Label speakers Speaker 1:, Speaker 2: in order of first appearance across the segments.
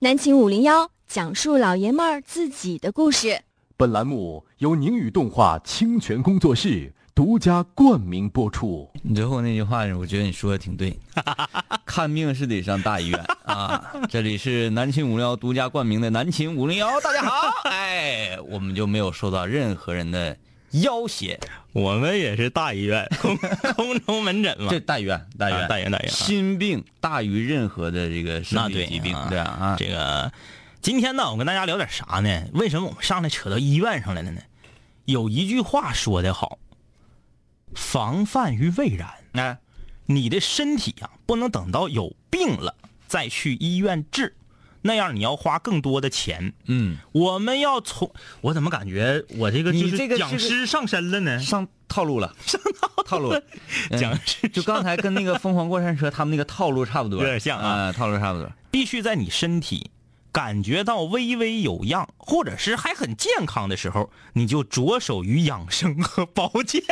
Speaker 1: 南秦五零幺讲述老爷们儿自己的故事。
Speaker 2: 本栏目由宁宇动画清泉工作室独家冠名播出。
Speaker 3: 你最后那句话，我觉得你说的挺 对，看病是得上大医院啊！这里是南秦五零幺独家冠名的南秦五零幺，大家好，哎，我们就没有受到任何人的要挟，
Speaker 4: 我们也是大医 院，空空中门诊嘛
Speaker 3: 这。大医院，大医院，
Speaker 4: 啊大医院大医院啊
Speaker 3: 心病大于任何的这个
Speaker 4: 那
Speaker 3: 生
Speaker 4: 对
Speaker 3: 理疾病，
Speaker 4: 啊
Speaker 3: 对啊啊，
Speaker 4: 这个今天呢，我跟大家聊点啥呢？为什么我们上来扯到医院上来了呢？有一句话说得好，防范于未然。
Speaker 3: 哎，
Speaker 4: 你的身体啊，不能等到有病了再去医院治，那样你要花更多的钱。
Speaker 3: 嗯，
Speaker 4: 我们要从，我怎么感觉我这个就
Speaker 3: 你这个
Speaker 4: 是
Speaker 3: 是
Speaker 4: 讲师上身了呢？
Speaker 3: 上套路了，上套路了，嗯
Speaker 4: 讲师
Speaker 3: 就刚才跟那个《疯狂过山车》他们那个套路差不多，
Speaker 4: 有点像啊
Speaker 3: 哎套路差不多，
Speaker 4: 必须在你身体感觉到微微有恙，或者是还很健康的时候，你就着手于养生和保健。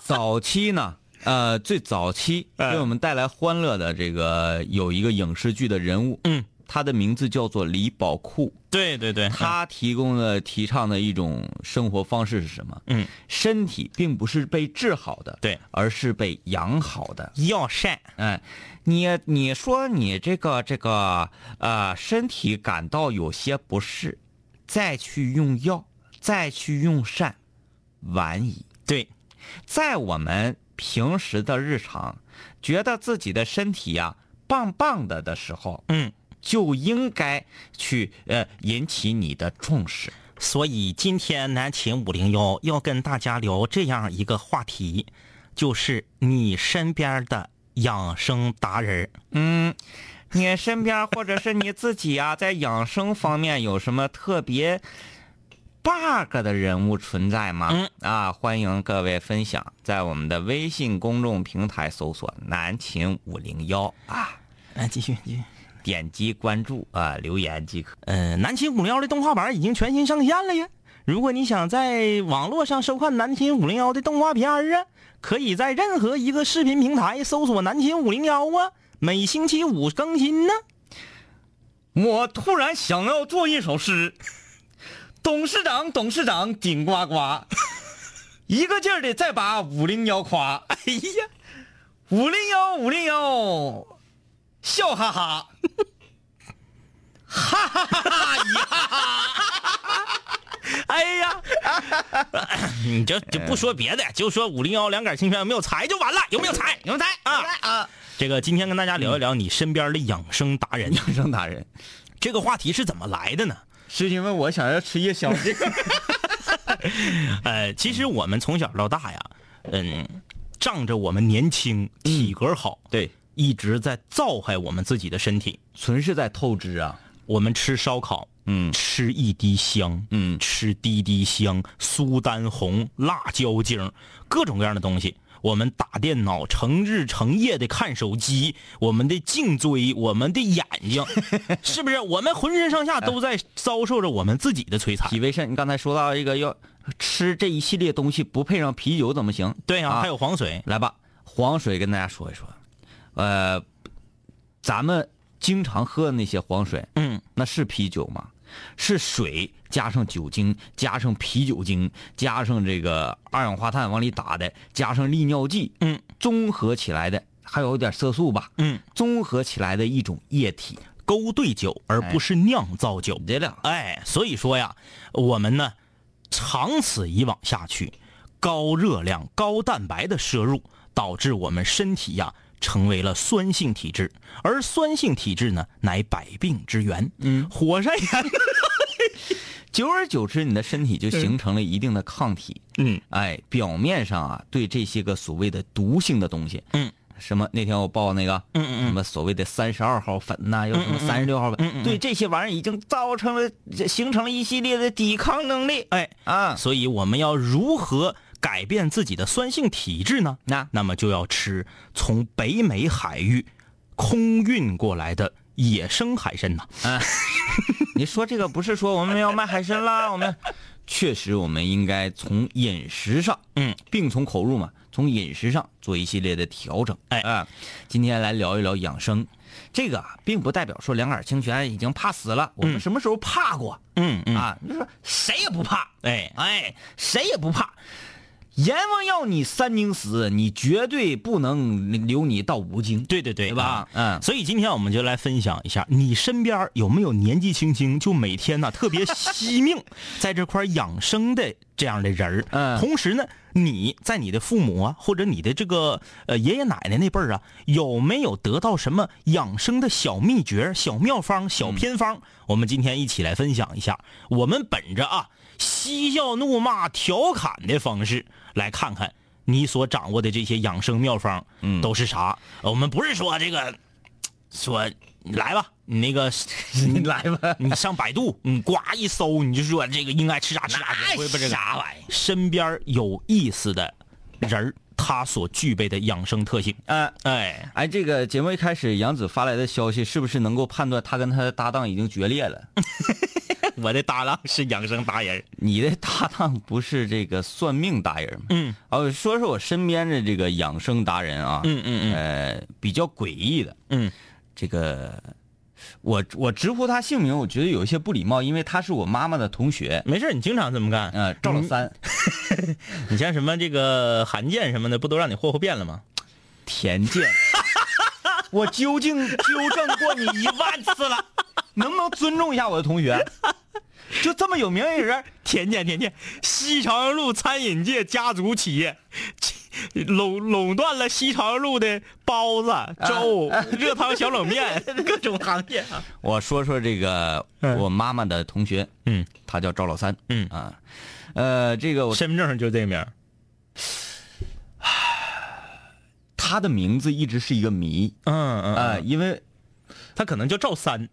Speaker 3: 早期呢，呃，最早期
Speaker 4: 哎
Speaker 3: 给我们带来欢乐的这个有一个影视剧的人物，
Speaker 4: 嗯，
Speaker 3: 他的名字叫做李宝库，
Speaker 4: 对对对，
Speaker 3: 他提供的提倡的一种生活方式是什么？
Speaker 4: 嗯，
Speaker 3: 身体并不是被治好的，
Speaker 4: 对，
Speaker 3: 而是被养好的。
Speaker 4: 药膳，
Speaker 3: 哎，你你说你这个这个呃，身体感到有些不适，再去用药，再去用膳，晚矣。
Speaker 4: 对，
Speaker 3: 在我们平时的日常，觉得自己的身体呀、棒棒的的时候，
Speaker 4: 嗯。
Speaker 3: 就应该去呃引起你的重视。
Speaker 4: 所以今天南秦五零幺要跟大家聊这样一个话题，就是你身边的养生达人儿。
Speaker 3: 嗯，你身边或者是你自己啊，在养生方面有什么特别 bug 的人物存在吗？
Speaker 4: 嗯
Speaker 3: 啊，欢迎各位分享，在我们的微信公众平台搜索“南秦五零幺”啊，
Speaker 4: 来，哎继续继续。
Speaker 3: 点击关注啊，留言即可。
Speaker 4: 呃，南秦五零幺的动画版已经全新上线了呀。如果你想在网络上收看南秦五零幺的动画片儿啊，可以在任何一个视频平台搜索“南秦五零幺”啊，每星期五更新呢。
Speaker 3: 我突然想要做一首 诗，董事长，董事长，顶呱 呱，一个劲儿的在把五零幺夸，哎呀，五零幺五零幺，笑哈哈，
Speaker 4: 哎呀，你就就不说别的，就说五零幺两杆清泉有没有才就完了，有没有才？有没有才啊？
Speaker 3: 啊，
Speaker 4: 这个今天跟大家聊一聊你身边的养生达人，
Speaker 3: 养生达人，
Speaker 4: 这个话题是怎么来的呢？
Speaker 3: 是因为我想要吃夜 宵，
Speaker 4: 呃，其实我们从小到大呀，嗯，仗着我们年轻、
Speaker 3: 嗯
Speaker 4: 体格好，
Speaker 3: 对，
Speaker 4: 一直在造害我们自己的身体。
Speaker 3: 纯是在透支啊，
Speaker 4: 我们吃烧烤，
Speaker 3: 嗯
Speaker 4: 吃一滴香，
Speaker 3: 嗯
Speaker 4: 吃滴滴香、苏丹红、辣椒精，各种各样的东西。我们打电脑，成日成夜的看手机，我们的颈椎，我们的眼 睛，是不是？我们浑身上下都
Speaker 3: 哎
Speaker 4: 在遭受着我们自己的摧 残。
Speaker 3: 脾胃肾，你刚才说到一个要吃这一系列东西，不配上啤酒怎么行？
Speaker 4: 对
Speaker 3: 啊
Speaker 4: 还有黄水，
Speaker 3: 来吧，黄水跟大家说一说，呃，咱们经常喝的那些黄水，
Speaker 4: 嗯，
Speaker 3: 那是啤酒吗？是水加上酒精，加上啤酒精，加上这个二氧化碳往里打的，加上利尿剂，
Speaker 4: 嗯，
Speaker 3: 综合起来的，还有点色素吧，
Speaker 4: 嗯，
Speaker 3: 综合起来的一种液体。
Speaker 4: 勾兑酒，而不是酿造酒。
Speaker 3: 这俩，
Speaker 4: 哎，所以说呀，我们呢，长此以往下去，高热量、高蛋白的摄入，导致我们身体呀成为了酸性体质，而酸性体质呢，乃百病之源。嗯，火山 岩。
Speaker 3: 久而久之，你的身体就形成了一定的抗体。
Speaker 4: 嗯
Speaker 3: 哎，表面上啊，对这些个所谓的毒性的东西，
Speaker 4: 嗯，
Speaker 3: 什么那天我报那个，嗯嗯什么所谓的三十二号粉呐、有什么三十六号粉，对这些玩意儿已经造成了形成了一系列的抵抗能力。
Speaker 4: 哎
Speaker 3: 啊，
Speaker 4: 所以我们要如何改变自己的酸性体质呢？
Speaker 3: 那
Speaker 4: 那么就要吃从北美海域空运过来的野生海参呐。
Speaker 3: 你说这个不是说我们要卖海参 啦，我们确实我们应该从饮食上，
Speaker 4: 嗯，
Speaker 3: 病从口入嘛，从饮食上做一系列的调整。
Speaker 4: 哎
Speaker 3: 啊，今天来聊一聊养生，这个啊，并不代表说两杆清泉已经怕死了。我们什么时候怕过、
Speaker 4: 嗯嗯，
Speaker 3: 啊？你说谁也不怕，
Speaker 4: 哎，
Speaker 3: 哎，谁也不怕。阎王要你三更死，你绝对不能留你到五更。
Speaker 4: 对对对，
Speaker 3: 对吧
Speaker 4: 啊
Speaker 3: 嗯
Speaker 4: 所以今天我们就来分享一下，你身边有没有年纪轻轻就每天呢、特别惜命，在这块养生的这样的人儿？
Speaker 3: 嗯
Speaker 4: 同时呢，你在你的父母啊，或者你的这个呃爷爷奶奶那辈儿啊，有没有得到什么养生的小秘诀、小妙方、小偏方？我们今天一起来分享一下。我们本着啊嬉笑怒骂、调侃的方式来看看。你所掌握的这些养生妙方，嗯，都是啥？呃我们不是说这个，说你来吧，你那个
Speaker 3: 你来吧，
Speaker 4: 你上百度，你呱一搜，你就说这个应该吃啥吃啥，
Speaker 3: 那
Speaker 4: 你会不会这个
Speaker 3: 啥玩意儿
Speaker 4: 身边有意思的人儿，他所具备的养生特性，
Speaker 3: 嗯。
Speaker 4: 哎，
Speaker 3: 哎，这个节目一开始，杨子发来的消息是不是能够判断他跟他的搭档已经决裂 了？
Speaker 4: 我的搭档是养生达人，
Speaker 3: 你的搭档不是这个算命达人吗？
Speaker 4: 嗯，
Speaker 3: 哦，说说我身边的这个养生达人啊，
Speaker 4: 嗯嗯
Speaker 3: 呃，比较诡异的，
Speaker 4: 嗯，
Speaker 3: 这个我我直呼他姓名，我觉得有一些不礼貌，因为他是我妈妈的同学，
Speaker 4: 没事儿，你经常这么干，嗯
Speaker 3: 呃，赵老三，
Speaker 4: 你像什么这个韩建什么的，不都让你霍霍遍了吗？
Speaker 3: 田健， 我究竟纠正过你一万次了，能不能尊重一下我的同学？就这么有名一个人，
Speaker 4: 田健，田健，西朝阳路餐饮界家族企业， 垄垄断了西朝阳路的包
Speaker 3: 啊
Speaker 4: 子、粥、热汤小冷 面各种行业啊。
Speaker 3: 我说说这个
Speaker 4: 嗯
Speaker 3: 我妈妈的同学，
Speaker 4: 嗯，
Speaker 3: 他叫赵老三，
Speaker 4: 嗯
Speaker 3: 啊，呃，这个我
Speaker 4: 身份证上就这名儿。
Speaker 3: 他的名字一直是一个谜
Speaker 4: 嗯嗯，
Speaker 3: 啊，因为
Speaker 4: 他可能叫赵三。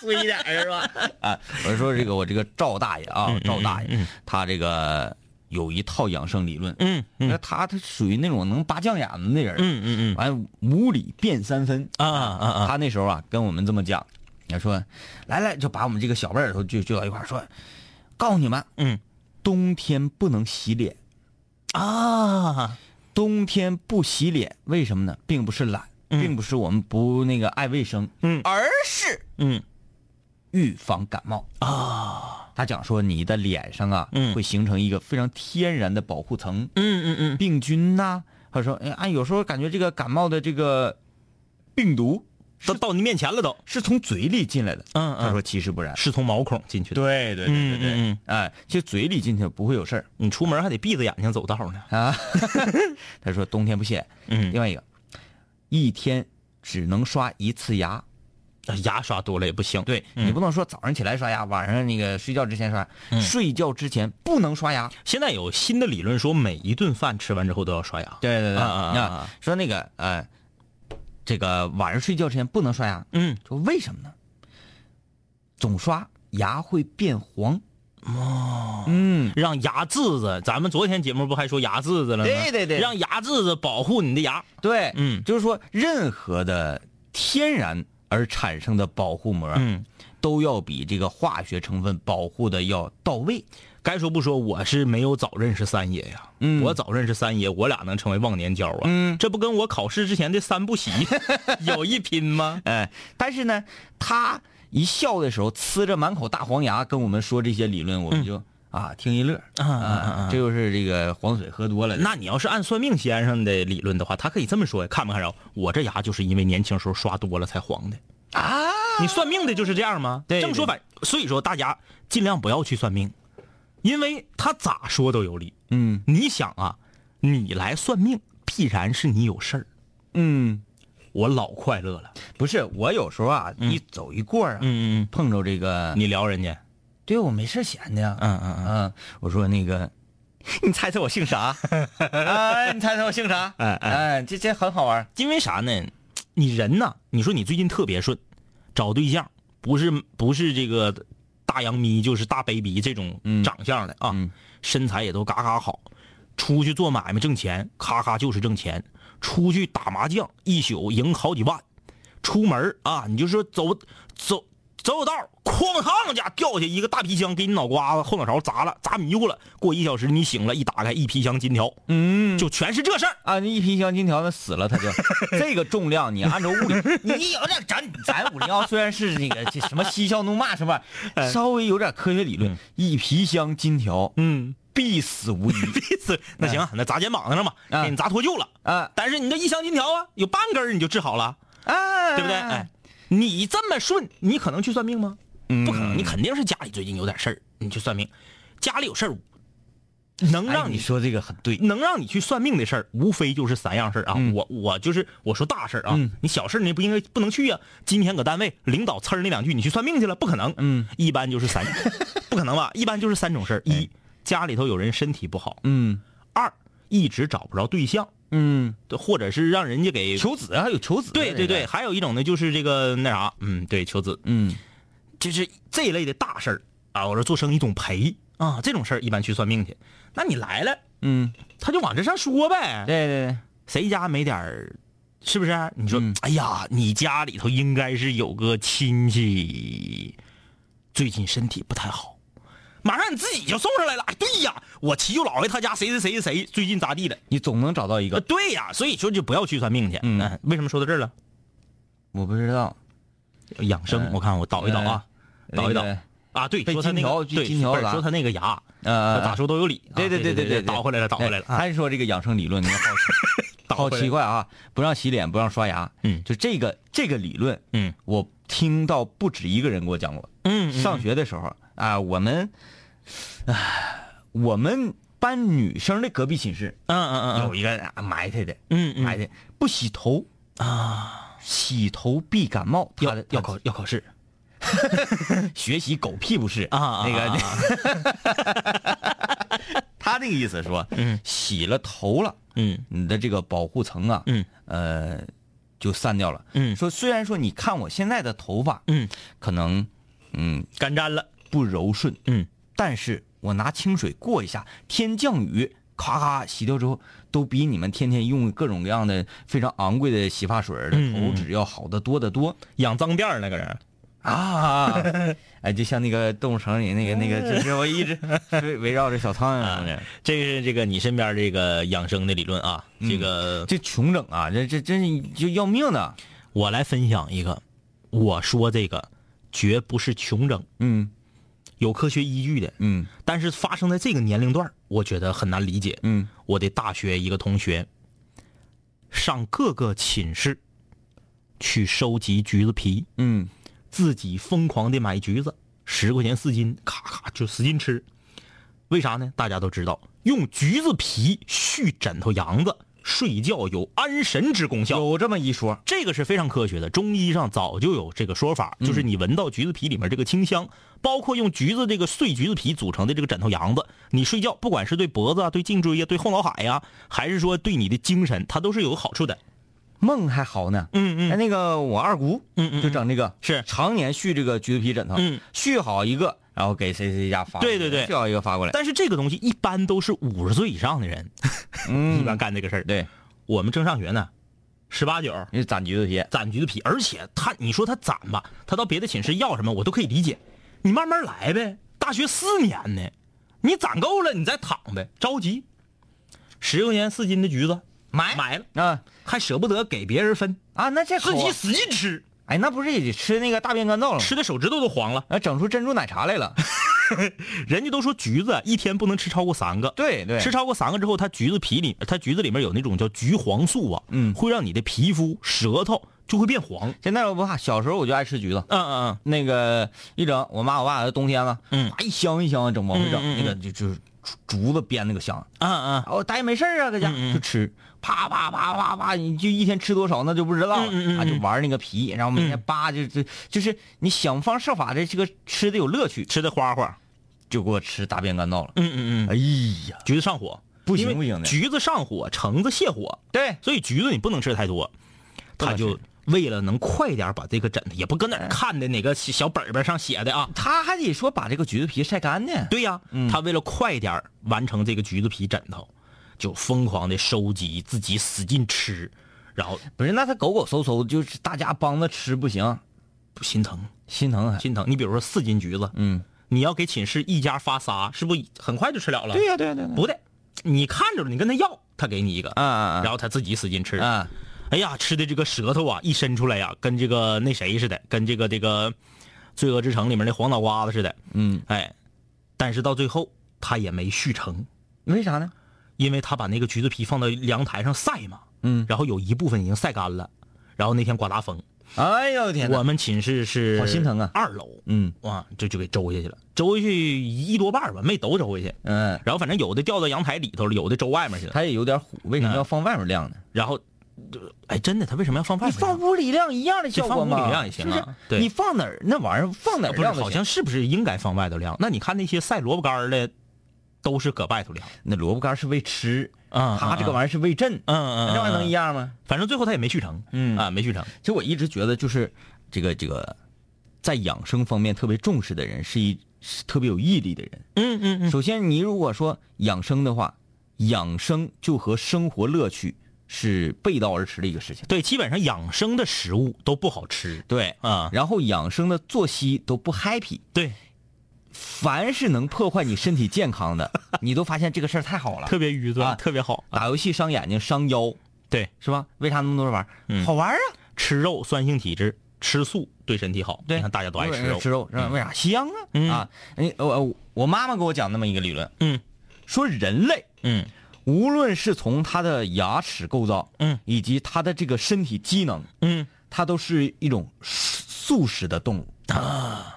Speaker 4: 衰点儿是吧？
Speaker 3: 啊，我说这个我这个赵大爷啊
Speaker 4: 嗯，
Speaker 3: 赵大
Speaker 4: 嗯
Speaker 3: 爷，他这个有一套养生理论，
Speaker 4: 嗯
Speaker 3: 那他他属于那种能拔将眼子的人，
Speaker 4: 嗯嗯嗯
Speaker 3: 完无理辨三分
Speaker 4: 啊啊啊！
Speaker 3: 他那时候啊，跟我们这么讲，他说：“来来，就把我们这个小辈儿都聚聚到一块儿，说，告诉你们，
Speaker 4: 嗯
Speaker 3: 冬天不能洗脸，
Speaker 4: 啊，
Speaker 3: 冬天不洗脸，为什么呢？并不是懒，并不是我们不那个爱卫生，
Speaker 4: 嗯
Speaker 3: 而是
Speaker 4: 嗯
Speaker 3: 预防感冒啊。”他讲说，你的脸上啊，
Speaker 4: 嗯
Speaker 3: 会形成一个非常天然的保护层，
Speaker 4: 嗯嗯嗯，
Speaker 3: 病菌呐、他说，哎，啊，有时候感觉这个感冒的这个病毒
Speaker 4: 都到你面前了都，
Speaker 3: 是从嘴里进来的。
Speaker 4: 嗯嗯
Speaker 3: 他说其实不然，
Speaker 4: 是从毛孔进去的。
Speaker 3: 对对对对对，
Speaker 4: 嗯嗯
Speaker 3: 哎，其实嘴里进去不会有事儿
Speaker 4: 你出门还得闭着眼睛走道呢。
Speaker 3: 啊。他说冬天不卸，
Speaker 4: 嗯
Speaker 3: 另，外一个，一天只能刷一次牙。
Speaker 4: 啊牙刷多了也不行。
Speaker 3: 对、你不能说早上起来刷牙，晚上那个睡觉之前刷牙，
Speaker 4: 嗯
Speaker 3: 睡觉之前不能刷牙。
Speaker 4: 现在有新的理论说，每一顿饭吃完之后都要刷牙。
Speaker 3: 对对对，
Speaker 4: 啊啊啊啊
Speaker 3: 啊说那个呃，这个晚上睡觉之前不能刷牙，
Speaker 4: 嗯，
Speaker 3: 说为什么呢？总刷牙会变黄。哦，嗯，
Speaker 4: 让牙渍子，咱们昨天节目不还说牙渍子了吗？
Speaker 3: 对对对
Speaker 4: 让牙渍子保护你的牙。
Speaker 3: 对，
Speaker 4: 嗯
Speaker 3: 就是说任何的天然而产生的保护膜，
Speaker 4: 嗯，
Speaker 3: 都要比这个化学成分保护的要到位。
Speaker 4: 该说不说，我是没有早认识三爷呀。
Speaker 3: 嗯
Speaker 4: 我早认识三爷，我俩能成为忘年交啊。
Speaker 3: 嗯
Speaker 4: 这不跟我考试之前的 三不习有一拼吗？
Speaker 3: 哎，但是呢，他一笑的时候，呲着满口大黄牙，跟我们说这些理论，我们就、啊听一乐
Speaker 4: 嗯啊啊啊啊
Speaker 3: 这就是这个黄水喝多了。
Speaker 4: 那你要是按算命先生的理论的话，他可以这么说呀，看没看着？我这牙就是因为年轻时候刷多了才黄的。
Speaker 3: 啊，
Speaker 4: 你算命的就是这样吗？
Speaker 3: 对
Speaker 4: 这么说吧，所以说大家尽量不要去算命，因为他咋说都有理。
Speaker 3: 嗯
Speaker 4: 你想啊，你来算命，必然是你有事儿。
Speaker 3: 嗯，
Speaker 4: 我老快乐了。
Speaker 3: 不是，我有时候啊，一走一过啊，
Speaker 4: 嗯
Speaker 3: 碰着这个，
Speaker 4: 你聊人家。
Speaker 3: 对我没事儿闲的呀，
Speaker 4: 嗯嗯
Speaker 3: 嗯，我说那 个，你猜猜我姓啥？啊，你猜猜我姓啥？
Speaker 4: 哎哎
Speaker 3: 哎，这这很好玩儿。
Speaker 4: 因为啥呢？你人呐，你说你最近特别顺，找对象不是不是这个大洋咪，就是大 baby 这种长相的啊，
Speaker 3: 嗯
Speaker 4: 身材也都嘎嘎好，出去做买卖挣钱，咔咔就是挣钱，出去打麻将一宿赢好几万，出门啊，你就说走走走走道儿，哐当家掉下一个大皮箱，给你脑瓜子后脑勺砸了，砸迷糊了。过一小时你醒了，一打开一皮箱金条，
Speaker 3: 嗯，
Speaker 4: 就全是这事儿。
Speaker 3: 啊，那一皮箱金条那死了，他 就这个重量，你按照物理，你有点咱咱五零幺虽然是那个这什么嬉笑怒骂 什么玩意
Speaker 4: 哎
Speaker 3: 儿，稍微有点科学理论，一皮箱金条
Speaker 4: 嗯，
Speaker 3: 必死无 疑哎
Speaker 4: 这次那行，那砸肩膀子上吧，
Speaker 3: 嗯
Speaker 4: 给你砸脱臼了。
Speaker 3: 啊
Speaker 4: 但是你这一箱金条啊，有半根儿你就治好了，
Speaker 3: 啊，
Speaker 4: 对不对？哎，，你这么顺，你可能去算命吗？
Speaker 3: 嗯
Speaker 4: 不可能，你肯定是家里最近有点事儿，你去算命。家里有事儿，能
Speaker 3: 哎
Speaker 4: 让
Speaker 3: 你
Speaker 4: 你
Speaker 3: 说这个很对，
Speaker 4: 能让你去算命的事儿，无非就是三样事儿啊。我我就是我说大事儿啊，
Speaker 3: 嗯
Speaker 4: 你小事儿你不应该不能去啊。今天搁单位领导呲儿那两句，你去算命去了，不可能。
Speaker 3: 嗯，哎
Speaker 4: 一般就是三，不可能吧？一般就是三种事儿： 一，家里头有人身体不好；
Speaker 3: 嗯
Speaker 4: 二，一直找不着对象，
Speaker 3: 嗯，
Speaker 4: 对或者是让人家给
Speaker 3: 求子还有求子，
Speaker 4: 对对对，，还有一种呢，就是这个那啥，嗯，对，求子，
Speaker 3: 嗯
Speaker 4: 就是这一类的大事儿啊。我说做生意总赔啊，这种事儿一般去算命去。那你来了，
Speaker 3: 嗯，
Speaker 4: 他就往这上说呗。
Speaker 3: 对对对，
Speaker 4: 谁家没点儿，是不是？你说，
Speaker 3: 嗯
Speaker 4: 哎呀，你家里头应该是有个亲戚，最近身体不太好，马上你自己就送上来了。哎，对呀，我七舅姥爷他家谁谁谁谁谁最近咋地了？
Speaker 3: 你总能找到一个，
Speaker 4: 呃对呀，所以说就不要去算命去。
Speaker 3: 嗯
Speaker 4: 哎为什么说到这儿了？
Speaker 3: 我不知道，
Speaker 4: 养生，
Speaker 3: 嗯
Speaker 4: 我看我倒一倒啊，倒一倒
Speaker 3: 那个
Speaker 4: 啊，对，
Speaker 3: 被
Speaker 4: 说他那
Speaker 3: 金条
Speaker 4: 个
Speaker 3: 被
Speaker 4: 对，
Speaker 3: 金条
Speaker 4: 不是
Speaker 3: 砸
Speaker 4: 说他那个牙，
Speaker 3: 呃，
Speaker 4: 咋说都有理。啊
Speaker 3: 对对对
Speaker 4: 对
Speaker 3: 对对，
Speaker 4: 倒回来了，倒回来了
Speaker 3: 哎
Speaker 4: 啊，
Speaker 3: 还是说这个养生理论，你好奇
Speaker 4: 倒
Speaker 3: 好
Speaker 4: 回来
Speaker 3: 奇怪啊！不让洗脸，不让刷牙，
Speaker 4: 嗯
Speaker 3: 就这个这个理论，
Speaker 4: 嗯
Speaker 3: 我听到不止一个人给我讲过。
Speaker 4: 嗯嗯
Speaker 3: 上学的时候啊，我们，唉，我们班女生的隔壁寝室
Speaker 4: 嗯嗯嗯嗯
Speaker 3: 有一个啊埋汰的，
Speaker 4: 嗯嗯
Speaker 3: 埋汰不洗头啊，洗头必感冒，他
Speaker 4: 要
Speaker 3: 的
Speaker 4: 要考要考试
Speaker 3: 学习狗屁不是
Speaker 4: 啊啊
Speaker 3: 那个
Speaker 4: 啊
Speaker 3: 他那个意思说，
Speaker 4: 嗯
Speaker 3: 洗了头了，
Speaker 4: 嗯
Speaker 3: 你的这个保护层啊，
Speaker 4: 嗯
Speaker 3: 呃，就散掉了。
Speaker 4: 嗯
Speaker 3: 说虽然说你看我现在的头发，
Speaker 4: 嗯，
Speaker 3: 可能嗯
Speaker 4: 干粘了，
Speaker 3: 不柔顺，
Speaker 4: 嗯，
Speaker 3: 但是我拿清水过一下，天降雨，咔咔洗掉之后，都比你们天天用各种各样的非常昂贵的洗发水儿的
Speaker 4: 嗯嗯
Speaker 3: 头纸要好得多得 多。
Speaker 4: 养脏辫儿那个人，
Speaker 3: 啊，哎，就像那个《动物城》里那个那 个，就是我一直围围绕着小苍蝇呢。
Speaker 4: 这个是这个你身边这个养生的理论啊，这个
Speaker 3: 这穷整啊，这这真是就要命的。
Speaker 4: 我来分享一个，我说这个绝不是穷整，
Speaker 3: 嗯
Speaker 4: 有科学依据的，
Speaker 3: 嗯
Speaker 4: 但是发生在这个年龄段儿，我觉得很难理解。
Speaker 3: 嗯，
Speaker 4: 我的大学一个同学，上各个寝室去收集橘子皮，
Speaker 3: 嗯
Speaker 4: 自己疯狂的买橘子，十块钱四斤，咔咔就使劲吃。为啥呢？大家都知道，用橘子皮续枕头羊子睡觉有安神之功效。
Speaker 3: 有这么一说。
Speaker 4: 这个是非常科学的，中医上早就有这个说法，就是
Speaker 3: 嗯
Speaker 4: 你闻到橘子皮里面这个清香，包括用橘子这个碎橘子皮组成的这个枕头羊子，你睡觉不管是对脖子啊、对颈椎啊、对后脑海呀、还是说对你的精神，它都是有好处的。
Speaker 3: 梦还好呢。
Speaker 4: 嗯嗯
Speaker 3: 哎，那个我二姑，
Speaker 4: 嗯嗯
Speaker 3: 就整这个
Speaker 4: 是
Speaker 3: 常年续这个橘子皮枕头，
Speaker 4: 嗯，
Speaker 3: 续好一个，然后给谁谁家发过来，
Speaker 4: 对对对
Speaker 3: 续好一个发过来，
Speaker 4: 但是这个东西一般都是五十岁以上的人，一
Speaker 3: 嗯，
Speaker 4: 般干这个事儿。
Speaker 3: 对，
Speaker 4: 我们正上学呢，十八九
Speaker 3: 你攒橘子皮，
Speaker 4: 攒橘子皮，而且他你说他攒吧，他到别的寝室要什么我都可以理解，你慢慢来呗。大学四年呢，你攒够了你再躺呗，着急。十块钱四斤的橘子买买了，
Speaker 3: 啊
Speaker 4: 还舍不得给别人分，
Speaker 3: 啊，那这好
Speaker 4: 自
Speaker 3: 啊
Speaker 4: 己使劲吃，
Speaker 3: 哎，那不是也得吃那个大便干燥了吗？
Speaker 4: 嗯吃的手指头都黄了。
Speaker 3: 啊，整出珍珠奶茶来 了。
Speaker 4: 人家都说橘子啊一天不能吃超过三个，
Speaker 3: 对对，
Speaker 4: 吃超过三个之后，它橘子皮里它橘子里面有那种叫橘黄素啊，
Speaker 3: 嗯
Speaker 4: 会让你的皮肤、舌头就会变黄。
Speaker 3: 现在我不怕，小时候我就爱吃橘子。
Speaker 4: 嗯嗯嗯，
Speaker 3: 那个一整，我妈我爸冬天了，
Speaker 4: 嗯
Speaker 3: 啊，一箱一箱整往回整，
Speaker 4: 嗯嗯嗯
Speaker 3: 那个就就是竹竹子编那个箱，
Speaker 4: 嗯嗯，
Speaker 3: 啊，我待没事儿啊，搁家
Speaker 4: 嗯嗯
Speaker 3: 就吃，啪啪啪啪啪，你就一天吃多少那就不知道了
Speaker 4: 嗯嗯嗯
Speaker 3: 啊，就
Speaker 4: 嗯
Speaker 3: 玩那个皮，然后每天扒就就就是你想方设法的这个吃的有乐趣，
Speaker 4: 吃的花花。
Speaker 3: 就给我吃大便干燥了。
Speaker 4: 嗯嗯嗯，
Speaker 3: 哎呀，
Speaker 4: 橘子上火
Speaker 3: 不行
Speaker 4: 因为
Speaker 3: 不行的
Speaker 4: 橘子上火，橙子泻火，
Speaker 3: 对，
Speaker 4: 所以橘子你不能吃太多。
Speaker 3: 不
Speaker 4: 他
Speaker 3: 能吃哎
Speaker 4: 就为了能快点把这个枕头，也不搁哪儿看的哪个小小本本上写的啊。
Speaker 3: 他还得说把这个橘子皮晒干呢。
Speaker 4: 对呀、
Speaker 3: 嗯
Speaker 4: 他为了快点完成这个橘子皮枕头，就疯狂的收集，自己使劲吃，然后
Speaker 3: 不是，那他狗狗嗖嗖，就是大家帮着吃不行，
Speaker 4: 心疼。
Speaker 3: 心疼啊还。
Speaker 4: 心疼。你比如说四斤橘子，
Speaker 3: 哎嗯，
Speaker 4: 你要给寝室一家发仨，是不是很快就吃了了？
Speaker 3: 对呀、对呀、对呀、
Speaker 4: 不对，你看着了，你跟他要，他给你一个，
Speaker 3: 啊啊
Speaker 4: 然后他自己使劲吃。
Speaker 3: 啊啊！
Speaker 4: 哎呀，吃的这个舌头啊，一伸出来呀、跟这个那谁似的，跟这个这个《罪恶之城》里面那黄脑瓜子似的。
Speaker 3: 嗯，
Speaker 4: 哎，但是到最后他也没续成，
Speaker 3: 为啥呢？
Speaker 4: 因为他把那个橘子皮放到阳台上晒嘛，
Speaker 3: 嗯，
Speaker 4: 然后有一部分已经晒干了，然后那天刮大风，
Speaker 3: 哎呦天哪！
Speaker 4: 我们寝室是
Speaker 3: 好心疼啊
Speaker 4: 二楼，
Speaker 3: 嗯
Speaker 4: 哇，这就给周下去了，周下去一多半儿吧，没都周下去。
Speaker 3: 嗯，
Speaker 4: 然后反正有的掉到阳台里头了，有的周外面去了。
Speaker 3: 它也有点虎，为什么
Speaker 4: 嗯
Speaker 3: 要放外面晾呢？
Speaker 4: 然后，哎，真的，他为什么要放外
Speaker 3: 你
Speaker 4: 面呢？
Speaker 3: 放屋里晾一样的效果
Speaker 4: 你
Speaker 3: 嘛，
Speaker 4: 放屋里晾也行啊
Speaker 3: 是不是
Speaker 4: 对
Speaker 3: 你放哪儿那玩意儿放哪
Speaker 4: 啊
Speaker 3: 儿
Speaker 4: 不是，
Speaker 3: 晾都
Speaker 4: 好
Speaker 3: 行。
Speaker 4: 像是不是应该放外头晾？那你看那些晒萝卜干儿的，都是搁外头晾。
Speaker 3: 那萝卜干是为吃，
Speaker 4: 嗯
Speaker 3: 它这个玩意儿是为震，
Speaker 4: 嗯嗯，
Speaker 3: 那玩意儿能一
Speaker 4: 样？
Speaker 3: 样吗？
Speaker 4: 反正最后他也没续成，
Speaker 3: 啊嗯
Speaker 4: 啊，没续成。
Speaker 3: 其实我一直觉得就是这个这个，在养生方面特别重视的人是一是特别有毅力的人。
Speaker 4: 嗯嗯嗯，
Speaker 3: 首先，你如果说养生的话，养生就和生活乐趣是背道而驰的一个事情。
Speaker 4: 对，基本上养生的食物都不好吃。
Speaker 3: 对，
Speaker 4: 啊，
Speaker 3: 然后养生的作息都不 happy，
Speaker 4: 对，
Speaker 3: 凡是能破坏你身体健康的，你都发现这个事儿太好了。
Speaker 4: 特别愚
Speaker 3: 啊
Speaker 4: 钝，特别好。
Speaker 3: 打游戏伤眼睛、伤腰，
Speaker 4: 对，
Speaker 3: 是吧？为啥那么多人玩？
Speaker 4: 嗯
Speaker 3: 好玩啊！
Speaker 4: 吃肉酸性体质，吃素对身体好。
Speaker 3: 对，
Speaker 4: 你看大家都爱吃
Speaker 3: 有人
Speaker 4: 肉。
Speaker 3: 吃肉是吧？为啥香啊？
Speaker 4: 嗯
Speaker 3: 啊，哎，我我我妈妈给我讲那么一个理论，
Speaker 4: 嗯
Speaker 3: 说人类
Speaker 4: 嗯
Speaker 3: 无论是从他的牙齿构造，
Speaker 4: 嗯，
Speaker 3: 以及他的这个身体机能，
Speaker 4: 嗯，
Speaker 3: 它都是一种素食的动物啊。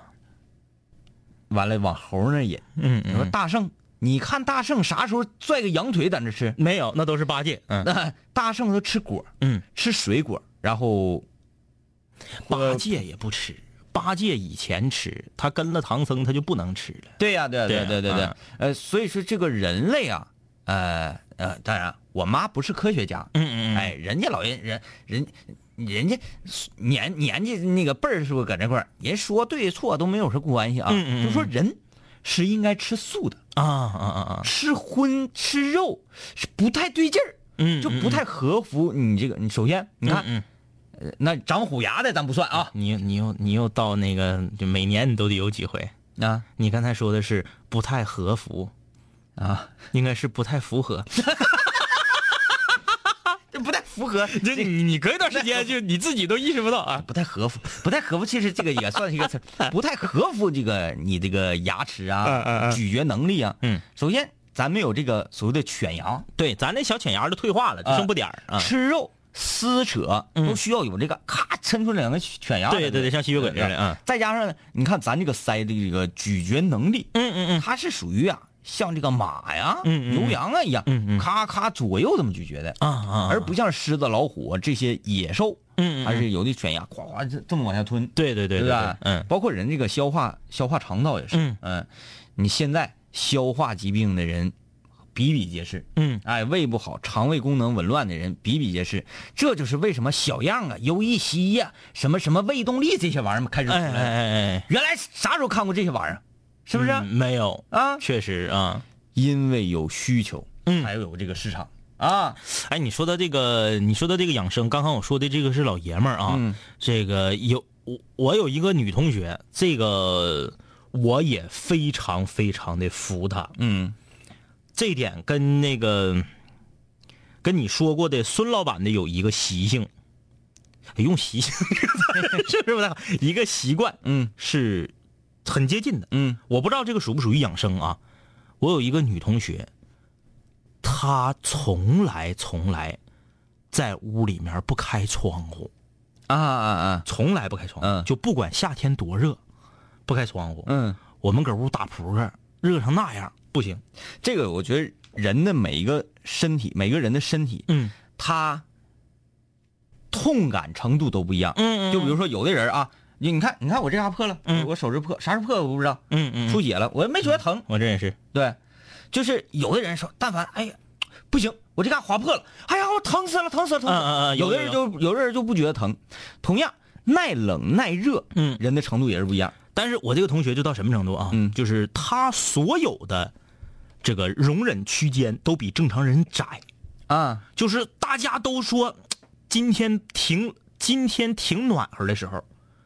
Speaker 3: 完了，往猴那儿引，
Speaker 4: 嗯
Speaker 3: 你说大圣，你看大圣啥时候拽个羊腿在那吃？
Speaker 4: 没有，那都是八戒。嗯
Speaker 3: 那大圣都吃果，
Speaker 4: 嗯，
Speaker 3: 吃水果，然后
Speaker 4: 八戒也不吃，八戒以前吃，他跟了唐僧，他就不能吃了。
Speaker 3: 对呀、对呀、
Speaker 4: 对
Speaker 3: 对
Speaker 4: 呀
Speaker 3: 对对对
Speaker 4: 嗯，
Speaker 3: 呃，所以说这个人类啊，呃呃，当然我妈不是科学家，
Speaker 4: 嗯
Speaker 3: 哎，人家老人人人人家年年纪那个辈儿数搁那块儿，人说对错都没有什么关系啊，
Speaker 4: 嗯嗯嗯
Speaker 3: 就说人是应该吃素的，
Speaker 4: 啊啊啊啊！
Speaker 3: 吃荤吃肉是不太对劲儿，
Speaker 4: 嗯
Speaker 3: 就不太合乎你这个。你首先你看，
Speaker 4: 嗯
Speaker 3: 呃那长虎牙的咱不算啊
Speaker 4: 你你又你又到那个，就每年你都得有几回。
Speaker 3: 啊
Speaker 4: 嗯你刚才说的是不太合符，
Speaker 3: 啊，
Speaker 4: 应该是不太符合。
Speaker 3: 这不太符合
Speaker 4: 这你你隔一段时间就你自己都意识不到啊。
Speaker 3: 不太合符，不太合符，其实这个也算是一个词儿，不太合符这个你这个牙齿
Speaker 4: 嗯嗯
Speaker 3: 啊、
Speaker 4: 嗯
Speaker 3: 咀嚼能力啊。
Speaker 4: 嗯，
Speaker 3: 首先咱们有这个所谓的犬牙，
Speaker 4: 对，咱那小犬牙都退化了，就剩不点儿啊。
Speaker 3: 吃肉撕扯都需要有这个咔抻出两个犬牙来。
Speaker 4: 嗯啊对对对，像吸血鬼似的啊。
Speaker 3: 再加上呢，你看咱这个鳃的这个咀嚼能力，
Speaker 4: 嗯嗯嗯，
Speaker 3: 它是属于啊，像这个马呀、
Speaker 4: 嗯嗯
Speaker 3: 牛羊啊一样
Speaker 4: 嗯，嗯
Speaker 3: 咔咔左右这么咀嚼的
Speaker 4: 啊啊啊
Speaker 3: 而不像狮子、老虎这些野兽，
Speaker 4: 嗯嗯嗯
Speaker 3: 还是有的犬牙哗哗这这么往下吞。
Speaker 4: 对对对
Speaker 3: 对吧？
Speaker 4: 嗯，
Speaker 3: 包括人这个消化消化肠道也是，
Speaker 4: 嗯
Speaker 3: 你现在消化疾病的人比比皆是，
Speaker 4: 嗯，
Speaker 3: 哎，胃不好、肠胃功能紊乱的人比比皆是，这就是为什么小样啊、优益西呀、什么什么胃动力这些玩意儿嘛开始出
Speaker 4: 哎
Speaker 3: 来了。
Speaker 4: 哎哎哎，
Speaker 3: 原来啥时候看过这些玩意儿？啊是不是、
Speaker 4: 嗯没有，
Speaker 3: 啊？
Speaker 4: 确实啊。
Speaker 3: 因为有需求，
Speaker 4: 嗯
Speaker 3: 才有这个市场啊。
Speaker 4: 哎，你说到这个，你说到这个养生，刚刚我说的这个是老爷们儿啊，
Speaker 3: 嗯
Speaker 4: 这个有我我有一个女同学，这个我也非常非常的服她，
Speaker 3: 嗯
Speaker 4: 这一点跟那个跟你说过的孙老板的有一个习性，哎用习性是不是不太好？一个习惯
Speaker 3: 嗯
Speaker 4: 是很接近的，
Speaker 3: 嗯
Speaker 4: 我不知道这个属不属于养生啊。我有一个女同学，她从来从来在屋里面不开窗户，
Speaker 3: 啊啊啊
Speaker 4: 从来不开窗户，
Speaker 3: 嗯
Speaker 4: 就不管夏天多热，不开窗户。
Speaker 3: 嗯，
Speaker 4: 我们搁屋打扑克，热成那样不行。
Speaker 3: 这个我觉得人的每一个身体，每个人的身体，
Speaker 4: 嗯
Speaker 3: 他痛感程度都不一样。
Speaker 4: 嗯
Speaker 3: 就比如说有的人啊，你你看你看我这下破了，我手指破，啥时候破的我不知道，
Speaker 4: 嗯嗯，
Speaker 3: 出血了，我没觉得疼。
Speaker 4: 我这也是，
Speaker 3: 对，就是有的人说，但凡哎呀，不行，我这嘎划破了，哎呀，我疼死了，疼死了，疼死了。
Speaker 4: 嗯嗯嗯有
Speaker 3: 有的人就有的人就不觉得疼。同样，耐冷耐热，
Speaker 4: 嗯
Speaker 3: 人的程度也是不一样。
Speaker 4: 但是我这个同学就到什么程度啊？
Speaker 3: 嗯
Speaker 4: 就是他所有的这个容忍区间都比正常人窄。
Speaker 3: 啊，
Speaker 4: 就是大家都说今天挺今天挺暖和的时候，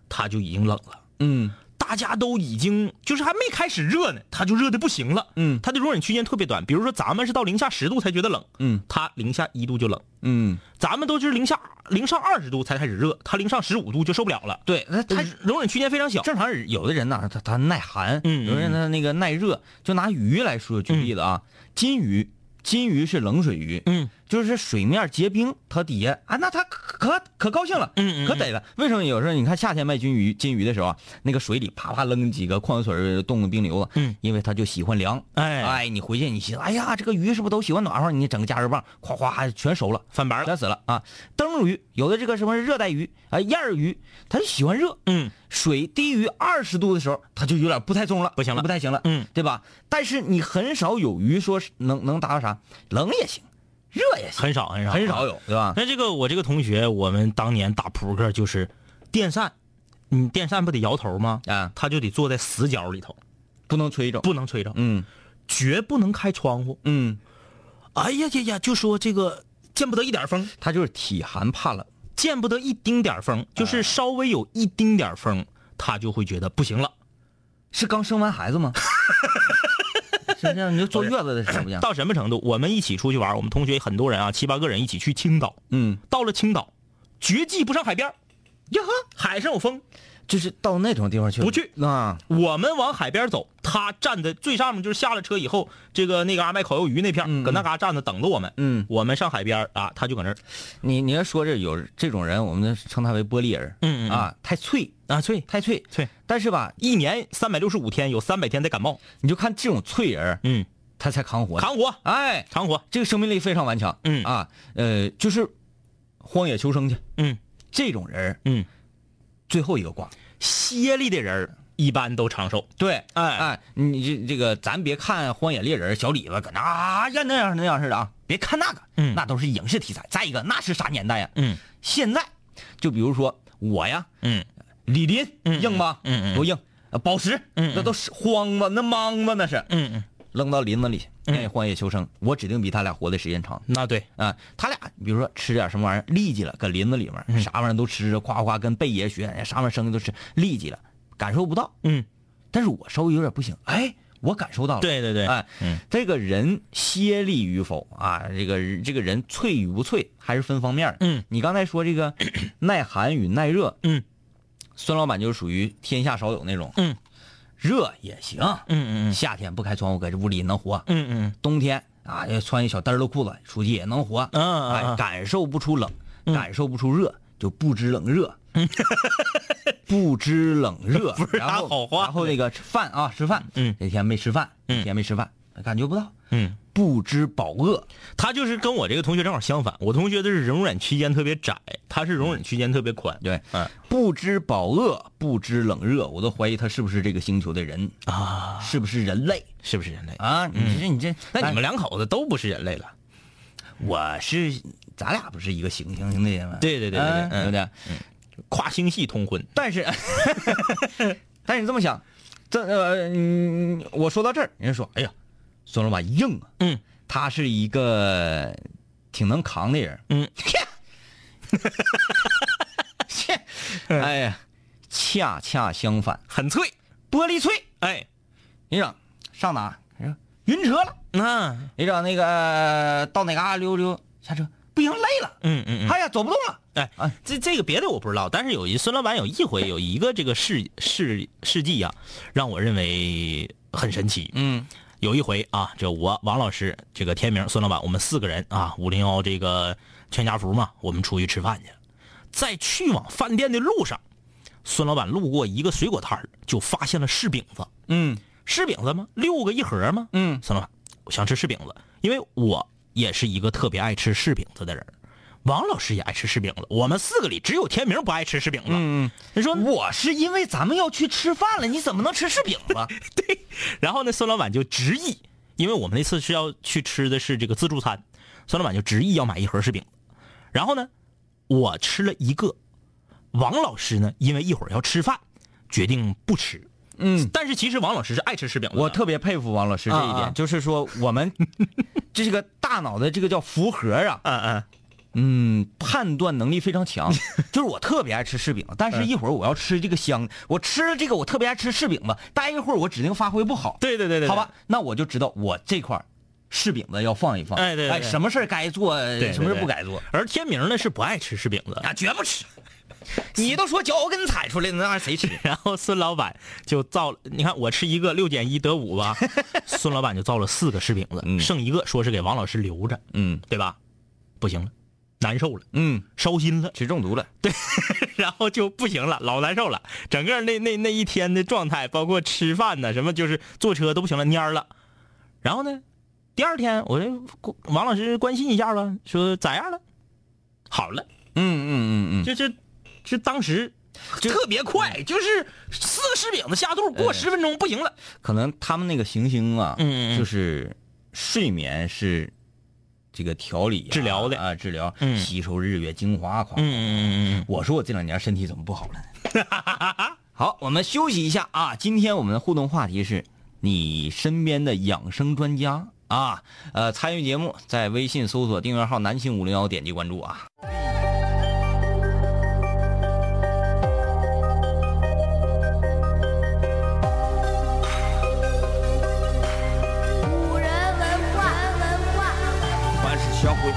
Speaker 4: 他就已经冷了。
Speaker 3: 嗯
Speaker 4: 大家都已经就是还没开始热呢，它就热的不行了。
Speaker 3: 嗯
Speaker 4: 它的容忍区间特别短，比如说咱们是到零下十度才觉得冷，
Speaker 3: 嗯
Speaker 4: 它零下一度就冷，
Speaker 3: 嗯，
Speaker 4: 咱们都是零下零上二十度才开始热，它零上十五度就受不了了。
Speaker 3: 对，那他
Speaker 4: 它容忍区间非常小。
Speaker 3: 正常人有的人呐，他他耐寒，
Speaker 4: 嗯
Speaker 3: 有的人他那个耐热。就拿鱼来说举例子啊，金鱼，金鱼是冷水鱼，
Speaker 4: 嗯，
Speaker 3: 就是水面结冰，它底下啊，那它可可可高兴了，
Speaker 4: 嗯嗯嗯
Speaker 3: 可得了。为什么有时候你看夏天卖金鱼金鱼的时候啊，那个水里啪啪扔几个矿泉水冻的冰溜子，
Speaker 4: 嗯，
Speaker 3: 因为它就喜欢凉。
Speaker 4: 哎
Speaker 3: 哎，你回去你寻思，哎呀，这个鱼是不是都喜欢暖和？你整个加热棒，夸夸全熟了，
Speaker 4: 翻白了
Speaker 3: 全死了啊！灯笼鱼有的这个什么热带鱼啊、燕儿鱼，它就喜欢热，
Speaker 4: 嗯，
Speaker 3: 水低于二十度的时候，它就有点不太中了，
Speaker 4: 不行了
Speaker 3: 不太行了，
Speaker 4: 嗯，
Speaker 3: 对吧？但是你很少有鱼说是能能达到啥，冷也行，热也行，
Speaker 4: 很少很少
Speaker 3: 很少。有，对吧？
Speaker 4: 那这个我这个同学，我们当年打扑克就是电扇，你电扇不得摇头吗？
Speaker 3: 啊，
Speaker 4: 他就得坐在死角里头，
Speaker 3: 不能吹着，
Speaker 4: 不能吹着，
Speaker 3: 嗯
Speaker 4: 绝不能开窗户。
Speaker 3: 嗯，
Speaker 4: 哎呀呀呀，就说这个见不得一点风，
Speaker 3: 它就是体寒怕冷，
Speaker 4: 见不得一丁点儿
Speaker 3: 啊
Speaker 4: 风，就是稍微有一丁点儿风，他就会觉得不行了。
Speaker 3: 是刚生完孩子 吗？是不是？你就坐月子的时候不一样，
Speaker 4: 到什么程度？我们一起出去玩，我们同学很多人啊，七八个人一起去青岛。
Speaker 3: 嗯，
Speaker 4: 到了青岛，绝技不上海边儿，呀呵，海上有风。
Speaker 3: 就是到那种地方去，
Speaker 4: 不去
Speaker 3: 啊，
Speaker 4: 我们往海边走，他站在最上面，就是下了车以后，这个那嘎、卖烤鱿鱼那片儿，
Speaker 3: 嗯
Speaker 4: 搁那嘎站着等着我们。
Speaker 3: 嗯
Speaker 4: 我们上海边儿啊，他就搁那儿
Speaker 3: 你你要说这有这种人，我们称他为玻璃人，
Speaker 4: 嗯嗯嗯
Speaker 3: 啊，太脆，
Speaker 4: 啊，脆
Speaker 3: 太脆，
Speaker 4: 脆。
Speaker 3: 但是吧，
Speaker 4: 一年三百六十五天，有三百天在感冒。
Speaker 3: 你就看这种脆人，
Speaker 4: 嗯，
Speaker 3: 他才扛活呢，
Speaker 4: 扛活，
Speaker 3: 哎，
Speaker 4: 扛活。
Speaker 3: 这个生命力非常顽强，
Speaker 4: 嗯
Speaker 3: 啊，呃，就是荒野求生去，
Speaker 4: 嗯
Speaker 3: 这种人
Speaker 4: 嗯，
Speaker 3: 最后一个挂，
Speaker 4: 歇力的人儿一般都长寿。
Speaker 3: 对，
Speaker 4: 哎
Speaker 3: 哎，你这这个咱别看《荒野猎人》小李子搁那啊呀那样那样似的啊，别看那个，
Speaker 4: 嗯
Speaker 3: 那都是影视题材。再一个，那是啥年代呀？
Speaker 4: 嗯
Speaker 3: 现在就比如说我呀，
Speaker 4: 嗯
Speaker 3: 李林，
Speaker 4: 嗯
Speaker 3: 硬吧，
Speaker 4: 嗯嗯嗯
Speaker 3: 多硬，啊宝石，
Speaker 4: 嗯嗯
Speaker 3: 那都是荒吧，那莽吧，那是
Speaker 4: 嗯嗯，
Speaker 3: 扔到林子里，哎，荒野求生，我指定比他俩活的时间长。
Speaker 4: 那对，
Speaker 3: 啊，他俩比如说吃点什么玩意儿，痢疾了，搁林子里面、
Speaker 4: 嗯
Speaker 3: 啥玩意儿都吃，夸夸跟贝爷学，哎啥玩意儿生的都吃，痢疾了，感受不到。
Speaker 4: 嗯，
Speaker 3: 但是我稍微有点不行，哎，我感受到了。
Speaker 4: 对对对，
Speaker 3: 哎，
Speaker 4: 嗯
Speaker 3: 这个人歇力与否啊，这个这个人脆与不脆还是分方面儿
Speaker 4: 嗯，
Speaker 3: 你刚才说这 个耐寒与耐热，
Speaker 4: 嗯，
Speaker 3: 孙老板就属于天下少有那种，
Speaker 4: 嗯，
Speaker 3: 热也行，
Speaker 4: 嗯嗯
Speaker 3: 夏天不开窗户搁这屋里能活，
Speaker 4: 嗯嗯
Speaker 3: 冬天啊要穿一小单儿的裤子出去也能活，
Speaker 4: 嗯啊啊
Speaker 3: 哎，
Speaker 4: 啊
Speaker 3: 感受不出冷，感受不出热，就不知冷 热。不知冷热，
Speaker 4: 不是
Speaker 3: 然后
Speaker 4: 啥好话
Speaker 3: 然后那个吃饭啊，吃饭，
Speaker 4: 嗯
Speaker 3: 这天没吃饭，
Speaker 4: 嗯
Speaker 3: 这天没吃饭，感觉不到，
Speaker 4: 嗯，
Speaker 3: 不知饱饿，
Speaker 4: 他就是跟我这个同学正好相反，我同学的是容忍区间特别窄，他是容忍区间特别宽。
Speaker 3: 对，
Speaker 4: 嗯
Speaker 3: 不知饱饿，不知冷热，我都怀疑他是不是这个星球的人，
Speaker 4: 啊，
Speaker 3: 是不是人类
Speaker 4: 是不是人类？
Speaker 3: 啊？你这你这，哎
Speaker 4: 那你们两口子都不是人类了。
Speaker 3: 我是咱俩不是一个行星的人吗？
Speaker 4: 对对对对对
Speaker 3: 啊
Speaker 4: 嗯
Speaker 3: 对不对？
Speaker 4: 跨星系通婚，
Speaker 3: 但是， 但是你这么想，这呃，嗯我说到这儿，人家说，哎呀，孙老板硬啊，
Speaker 4: 嗯，
Speaker 3: 他是一个挺能扛的人，
Speaker 4: 嗯，
Speaker 3: 切，
Speaker 4: 嗯
Speaker 3: 哎呀，恰恰相反，
Speaker 4: 很脆，
Speaker 3: 玻璃脆。
Speaker 4: 哎，
Speaker 3: 你想上哪？人晕车了。
Speaker 4: 那
Speaker 3: 你找那个到哪嘎溜溜下车，不行，累了，
Speaker 4: 嗯嗯嗯，
Speaker 3: 哎呀，走不动了。
Speaker 4: 哎，这这个别的我不知道，但是有一孙老板有一回有一个这个事事事迹啊，让我认为很神奇。
Speaker 3: 嗯
Speaker 4: 有一回啊，这我王老师、这个天明、孙老板，我们四个人啊，五零幺这个全家福嘛，我们出去吃饭去了。在去往饭店的路上，孙老板路过一个水果摊儿，就发现了柿饼子。
Speaker 3: 嗯
Speaker 4: 柿饼子吗？六个一盒吗？
Speaker 3: 嗯
Speaker 4: 孙老板，我想吃柿饼子，因为我也是一个特别爱吃柿饼子的人。王老师也爱吃柿饼子，我们四个里只有天明不爱吃柿饼子。
Speaker 3: 嗯，
Speaker 4: 人说
Speaker 3: 我是因为咱们要去吃饭了，你怎么能吃柿饼 子？
Speaker 4: 然后呢，孙老板就执意，因为我们那次是要去吃的是这个自助餐，孙老板就执意要买一盒柿饼。然后呢，我吃了一个，王老师呢，因为一会儿要吃饭，决定不吃。
Speaker 3: 嗯，
Speaker 4: 但是其实王老师是爱吃柿饼的。
Speaker 3: 我特别佩服王老师这一
Speaker 4: 啊啊
Speaker 3: 点，就是说我们这是个大脑的这个叫符合啊，
Speaker 4: 嗯嗯
Speaker 3: 嗯，判断能力非常 强，就是我特别爱吃柿饼，但是一会儿我要吃这个香，我吃了这个我特别爱吃柿饼吧，但一会儿我指定发挥不好，
Speaker 4: 对对对对，
Speaker 3: 好吧，那我就知道我这块儿柿饼子要放一放，
Speaker 4: 哎对对对
Speaker 3: 什么事儿该做，
Speaker 4: 对
Speaker 3: 什么事儿
Speaker 4: 对
Speaker 3: 不该做
Speaker 4: 而天明呢是不爱吃柿饼子，
Speaker 3: 啊，绝不吃。 你都说脚跟踩出来，那玩意儿谁吃？
Speaker 4: 然后孙老板就造了，你看我吃一个六减一得五 吧，孙老板就造了四个柿饼子，
Speaker 3: 嗯
Speaker 4: 剩一个说是给王老师留着，
Speaker 3: 嗯
Speaker 4: 对吧？不行了，难受了，
Speaker 3: 嗯，
Speaker 4: 烧心了，
Speaker 3: 吃中毒了。
Speaker 4: 然后就不行了，老难受了，整个那那那一天的状态，包括吃饭呢，什么就是坐车都不行了，蔫儿了。然后呢，第二天我这王老师关心一下吧，说咋样了？好了，
Speaker 3: 嗯嗯嗯嗯，
Speaker 4: 就这这当时嗯特别快，就是四个柿饼子下肚，过十分钟不行了。
Speaker 3: 可能他们那个行星啊，
Speaker 4: 嗯嗯嗯
Speaker 3: 就是睡眠是这个调理啊、
Speaker 4: 治疗的
Speaker 3: 啊，治疗，
Speaker 4: 嗯
Speaker 3: 吸收日月精华，夸夸
Speaker 4: 嗯嗯嗯
Speaker 3: 我说我这两年身体怎么不好了呢？ 好，我们休息一下啊。今天我们的互动话题是你身边的养生专家啊。呃，参与节目，在微信搜索订阅号“南青五零幺”，点击关注啊。
Speaker 5: 古人文化，文化。
Speaker 6: 凡是想毁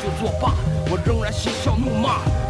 Speaker 6: 就作罢，我仍然嬉笑怒骂，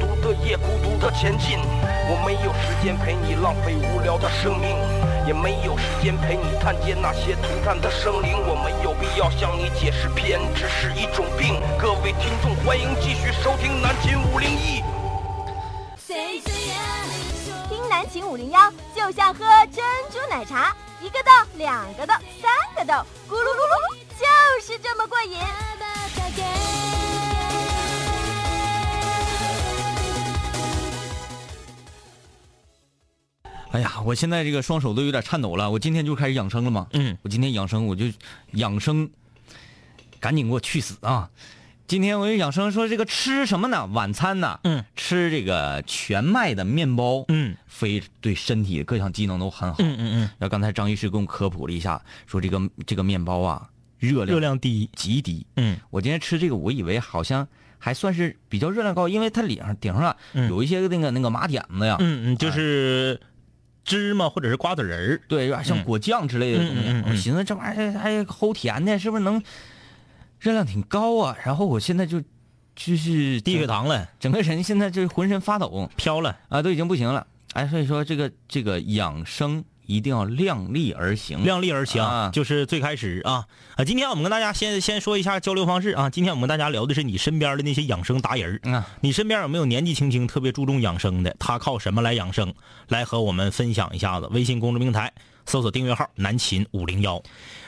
Speaker 6: 独的夜孤独的前进，我没有时间陪你浪费无聊的生命，也没有时间陪你探街那些涂炭的生灵，我没有必要向你解释偏执是一种病。各位听众，欢迎继续收听南秦五零一。
Speaker 5: 听南秦五零幺，就像喝珍珠奶茶，一个豆，两个豆，三个豆，咕噜噜噜，就是这么过瘾。
Speaker 3: 哎呀，我现在这个双手都有点颤抖了。我今天就开始养生了嘛。
Speaker 4: 嗯，
Speaker 3: 我今天养生，我就养生，赶紧给我去死啊！今天我就养生，说这个吃什么呢？晚餐呢？
Speaker 4: 嗯，
Speaker 3: 吃这个全麦的面包，
Speaker 4: 嗯，
Speaker 3: 非对身体各项机能都很好。
Speaker 4: 嗯嗯
Speaker 3: 然后刚才张医师给我们科普了一下，说这个这个面包啊，热量
Speaker 4: 嗯，热量低，
Speaker 3: 极低。
Speaker 4: 嗯
Speaker 3: 我今天吃这个，我以为好像还算是比较热量高，因为它顶上顶上啊、
Speaker 4: 嗯
Speaker 3: 有一些那个那个麻点子呀，
Speaker 4: 嗯嗯，就是芝麻或者是瓜子仁儿，
Speaker 3: 对，有点像
Speaker 4: 嗯
Speaker 3: 果酱之类的东西。
Speaker 4: 嗯嗯嗯嗯
Speaker 3: 我寻思这玩意儿还齁甜的，是不是能热量挺高啊？然后我现在就就是
Speaker 4: 低血，糖了，
Speaker 3: 整个人现在就是浑身发抖
Speaker 4: 飘了，
Speaker 3: 啊，都已经不行了。哎，所以说这个这个养生一定要量力而行。
Speaker 4: 量力而行，
Speaker 3: 啊
Speaker 4: 就是最开始啊啊！今天我们跟大家先先说一下交流方式啊，今天我们跟大家聊的是你身边的那些养生达人儿
Speaker 3: 嗯啊，
Speaker 4: 你身边有没有年纪轻轻特别注重养生的？他靠什么来养生？来和我们分享一下子。微信公众平台搜索订阅号“南秦五零幺”。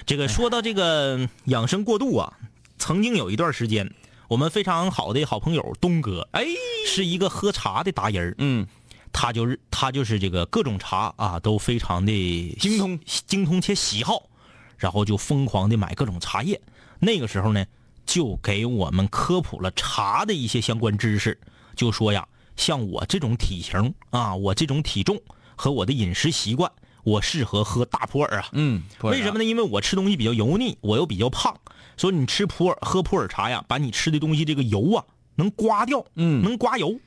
Speaker 4: 这个说到这个养生过度啊，曾经有一段时间，我们非常好的好朋友东哥，哎，是一个喝茶的达人儿
Speaker 3: 嗯
Speaker 4: 他就是他就是这个各种茶啊都非常的
Speaker 3: 精通
Speaker 4: 精通且喜好，然后就疯狂的买各种茶叶。那个时候呢，就给我们科普了茶的一些相关知识，就说呀，像我这种体型啊，我这种体重和我的饮食习惯，我适合喝大普洱啊。
Speaker 3: 嗯，
Speaker 4: 为什么
Speaker 3: 呢？
Speaker 4: 呢？因为我吃东西比较油腻，我又比较胖，所以你吃普洱喝普洱茶呀，把你吃的东西这个油啊能刮掉，
Speaker 3: 嗯
Speaker 4: 能刮油，